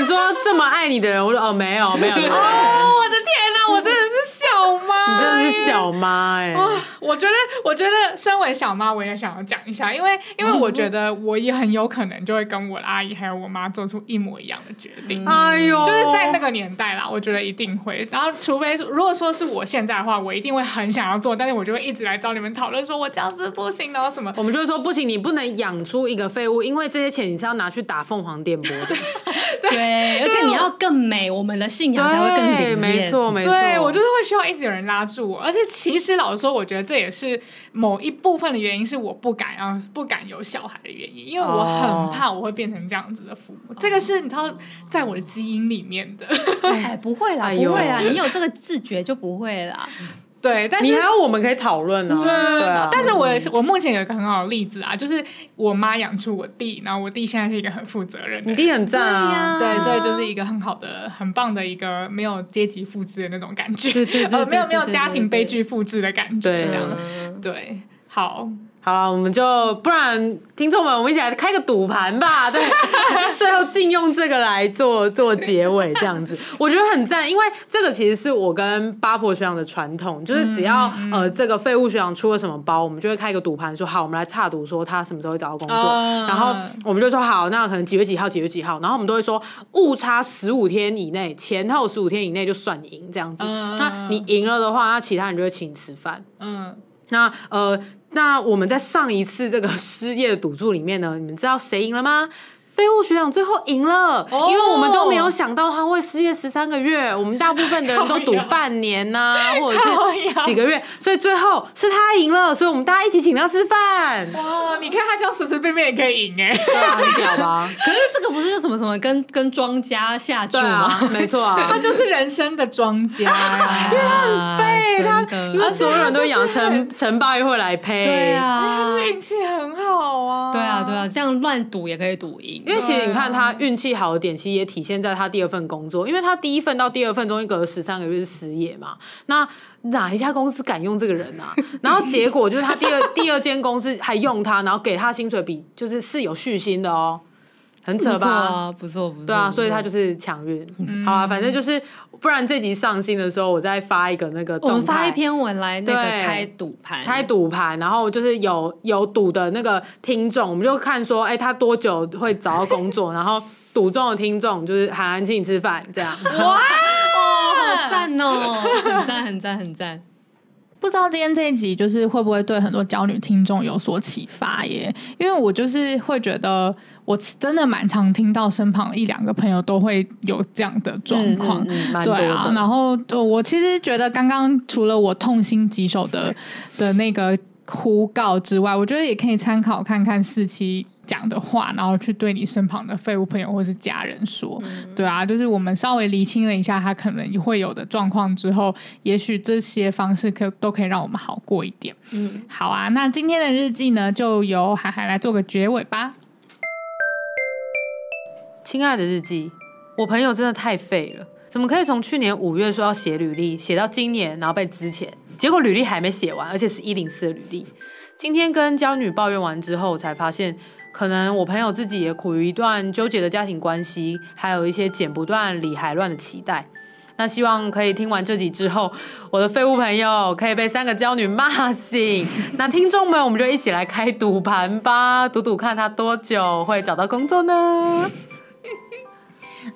S2: 你说这么爱你的人，我说哦没有没有，没有
S3: 哦，我的天哪，我真的是小妈，
S2: 你真的是小妈哎，
S3: 啊我觉得，我觉得身为小妈，我也想要讲一下，因为因为我觉得我也很有可能就会跟我的阿姨还有我妈做出一模一样的决定。
S2: 哎呦，
S3: 就是在那个年代啦，我觉得一定会。然后，除非如果说是我现在的话，我一定会很想要做，但是我就会一直来找你们讨论，说我这样是不行的，什么
S2: 我们就会说不行，你不能养出一个废物，因为这些钱你是要拿去打凤凰电波 的，
S5: 对，啊而且你要更美，我们的信仰才会更
S2: 对，
S5: 灵
S2: 没
S5: 验。
S2: 错没错，
S3: 对我就是会希望一直有人拉住我，而且其实老实说，我觉得这也是某一部分的原因，是我不敢让不敢有小孩的原因，因为我
S2: 哦
S3: 很怕我会变成这样子的父母，这个是你知道在我的基因里面的。
S5: 哎，不会啦，
S2: 哎呦
S5: 不会啦，你有这个自觉就不会啦。
S3: 对，但
S2: 你
S3: 是
S2: 还有我们可以讨论呢，对啊，
S3: 但是我也是我目前有一个很好的例子啊，就是我妈养出我弟，然后我弟现在是一个很负责任的
S5: 嗯
S2: 你
S3: 人。
S2: 弟很赞啊，
S3: 对，所以就是一个很好的、很棒的一个没有阶级复制的那种感觉，
S5: 对对对
S3: 呃，没有
S5: 对
S3: 没有
S5: 对
S3: 家
S5: 对
S3: 庭悲
S5: 对啊
S3: 剧复制的感觉，
S2: 对
S3: 这样
S2: 嗯
S3: 对，好，
S2: 好了，我们就不然听众们，我们一起来开个赌盘 吧。对，最后禁用这个来做做结尾，这样子，我觉得很赞，因为这个其实是我跟八婆学长的传统，就是只
S3: 嗯
S2: 要、呃这个废物学长出了什么包，我们就会开一个赌盘，说好，我们来差赌，说他什么时候会找到工作，
S3: 哦
S2: 然后我们就说好，那可能几月几号，几月几号，然后我们都会说误差十五天以内，前后十五天以内就算赢这样子。
S3: 嗯
S2: 那你赢了的话，那其他人就会请你吃饭。
S3: 嗯，
S2: 那呃，那我们在上一次这个失业的赌注里面呢，你们知道谁赢了吗？废物学长最后赢了，
S3: 哦
S2: 因为我们都没有想到他会失业十三个月，我们大部分的人都赌半年呐、或者是几个月，所以最后是他赢了，所以我们大家一起请他吃饭，
S3: 哇，你看他这样随随便便也可以赢哎、
S2: 对啊，很屌吧？
S7: 可是这个不是什么什么跟跟庄家下注
S2: 对啊
S7: 吗？，
S2: 没错啊，
S3: 他就是人生的庄家呀、
S2: 对
S7: 啊
S2: 他，因为所有人哎都养
S3: 而且他
S2: 成成霸又会来配，
S7: 对啊，
S3: 他 运气很好啊。
S7: 对啊，对啊，这样乱赌也可以赌赢。
S2: 哦因为其实你看
S7: 啊
S2: 他运气好的点，其实也体现在他第二份工作，因为他第一份到第二份中间隔了十三个月是失业嘛。那哪一家公司敢用这个人啊？然后结果就是他第二第二间公司还用他，然后给他薪水比就是是有续薪的哦，很扯
S7: 不错嗯
S2: 吧？
S7: 啊，不错不错。
S2: 对啊，
S7: 不错
S2: 所以他就是强运。好啊，反正就是不然这集上新的时候，我再发一个那个
S7: 我
S2: 动态。
S7: 们发一篇文来那
S2: 对
S7: 个开赌盘，
S2: 开赌盘，然后就是有有赌的那个听众，我们就看说，哎、他多久会找到工作，然后赌中的听众就是韩寒请你吃饭这样。
S7: 好赞哦， 很赞很赞很赞。
S3: 不知道今天这一集就是会不会对很多娇女听众有所启发耶？因为我就是会觉得，我真的蛮常听到身旁一两个朋友都会有这样的状况。
S2: 嗯蛮、多
S3: 对
S2: 的。
S3: 啊，然后呃我其实觉得刚刚除了我痛心疾首的的那个呼告之外，我觉得也可以参考看看四期讲的话，然后去对你身旁的废物朋友或是家人说，
S2: 嗯
S3: 对啊，就是我们稍微厘清了一下他可能会有的状况之后，也许这些方式可都可以让我们好过一点。嗯，好啊，那今天的日记呢，就由涵涵来做个结尾吧。
S2: 亲爱的日记，我朋友真的太废了，怎么可以从去年五月说要写履历，写到今年，然后被支遣，结果履历还没写完，而且是一零四的履历。今天跟娇女抱怨完之后，才发现，可能我朋友自己也苦于一段纠结的家庭关系，还有一些剪不断理还乱的期待。那希望可以听完这集之后，我的废物朋友可以被三个娇女骂醒。那听众们，我们就一起来开赌盘吧，赌赌看他多久会找到工作呢？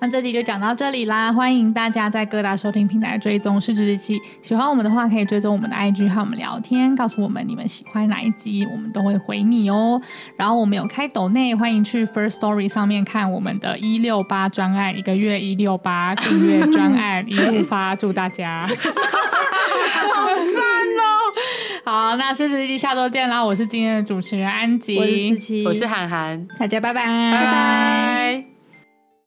S3: 那这集就讲到这里啦，欢迎大家在各大收听平台追踪《失职日记》。喜欢我们的话，可以追踪我们的 IG 和我们聊天，告诉我们你们喜欢哪一集，我们都会回你哦。然后我们有开抖内，欢迎去 First Story 上面看我们的一六八专案，一个月一六八订阅专案一路发，祝大 家。好，那《失职日记》下周见啦！我是今天的主持人安吉，
S7: 我是思琪，
S2: 我是涵涵，
S3: 大家拜拜，
S2: 拜
S3: 拜
S2: 拜。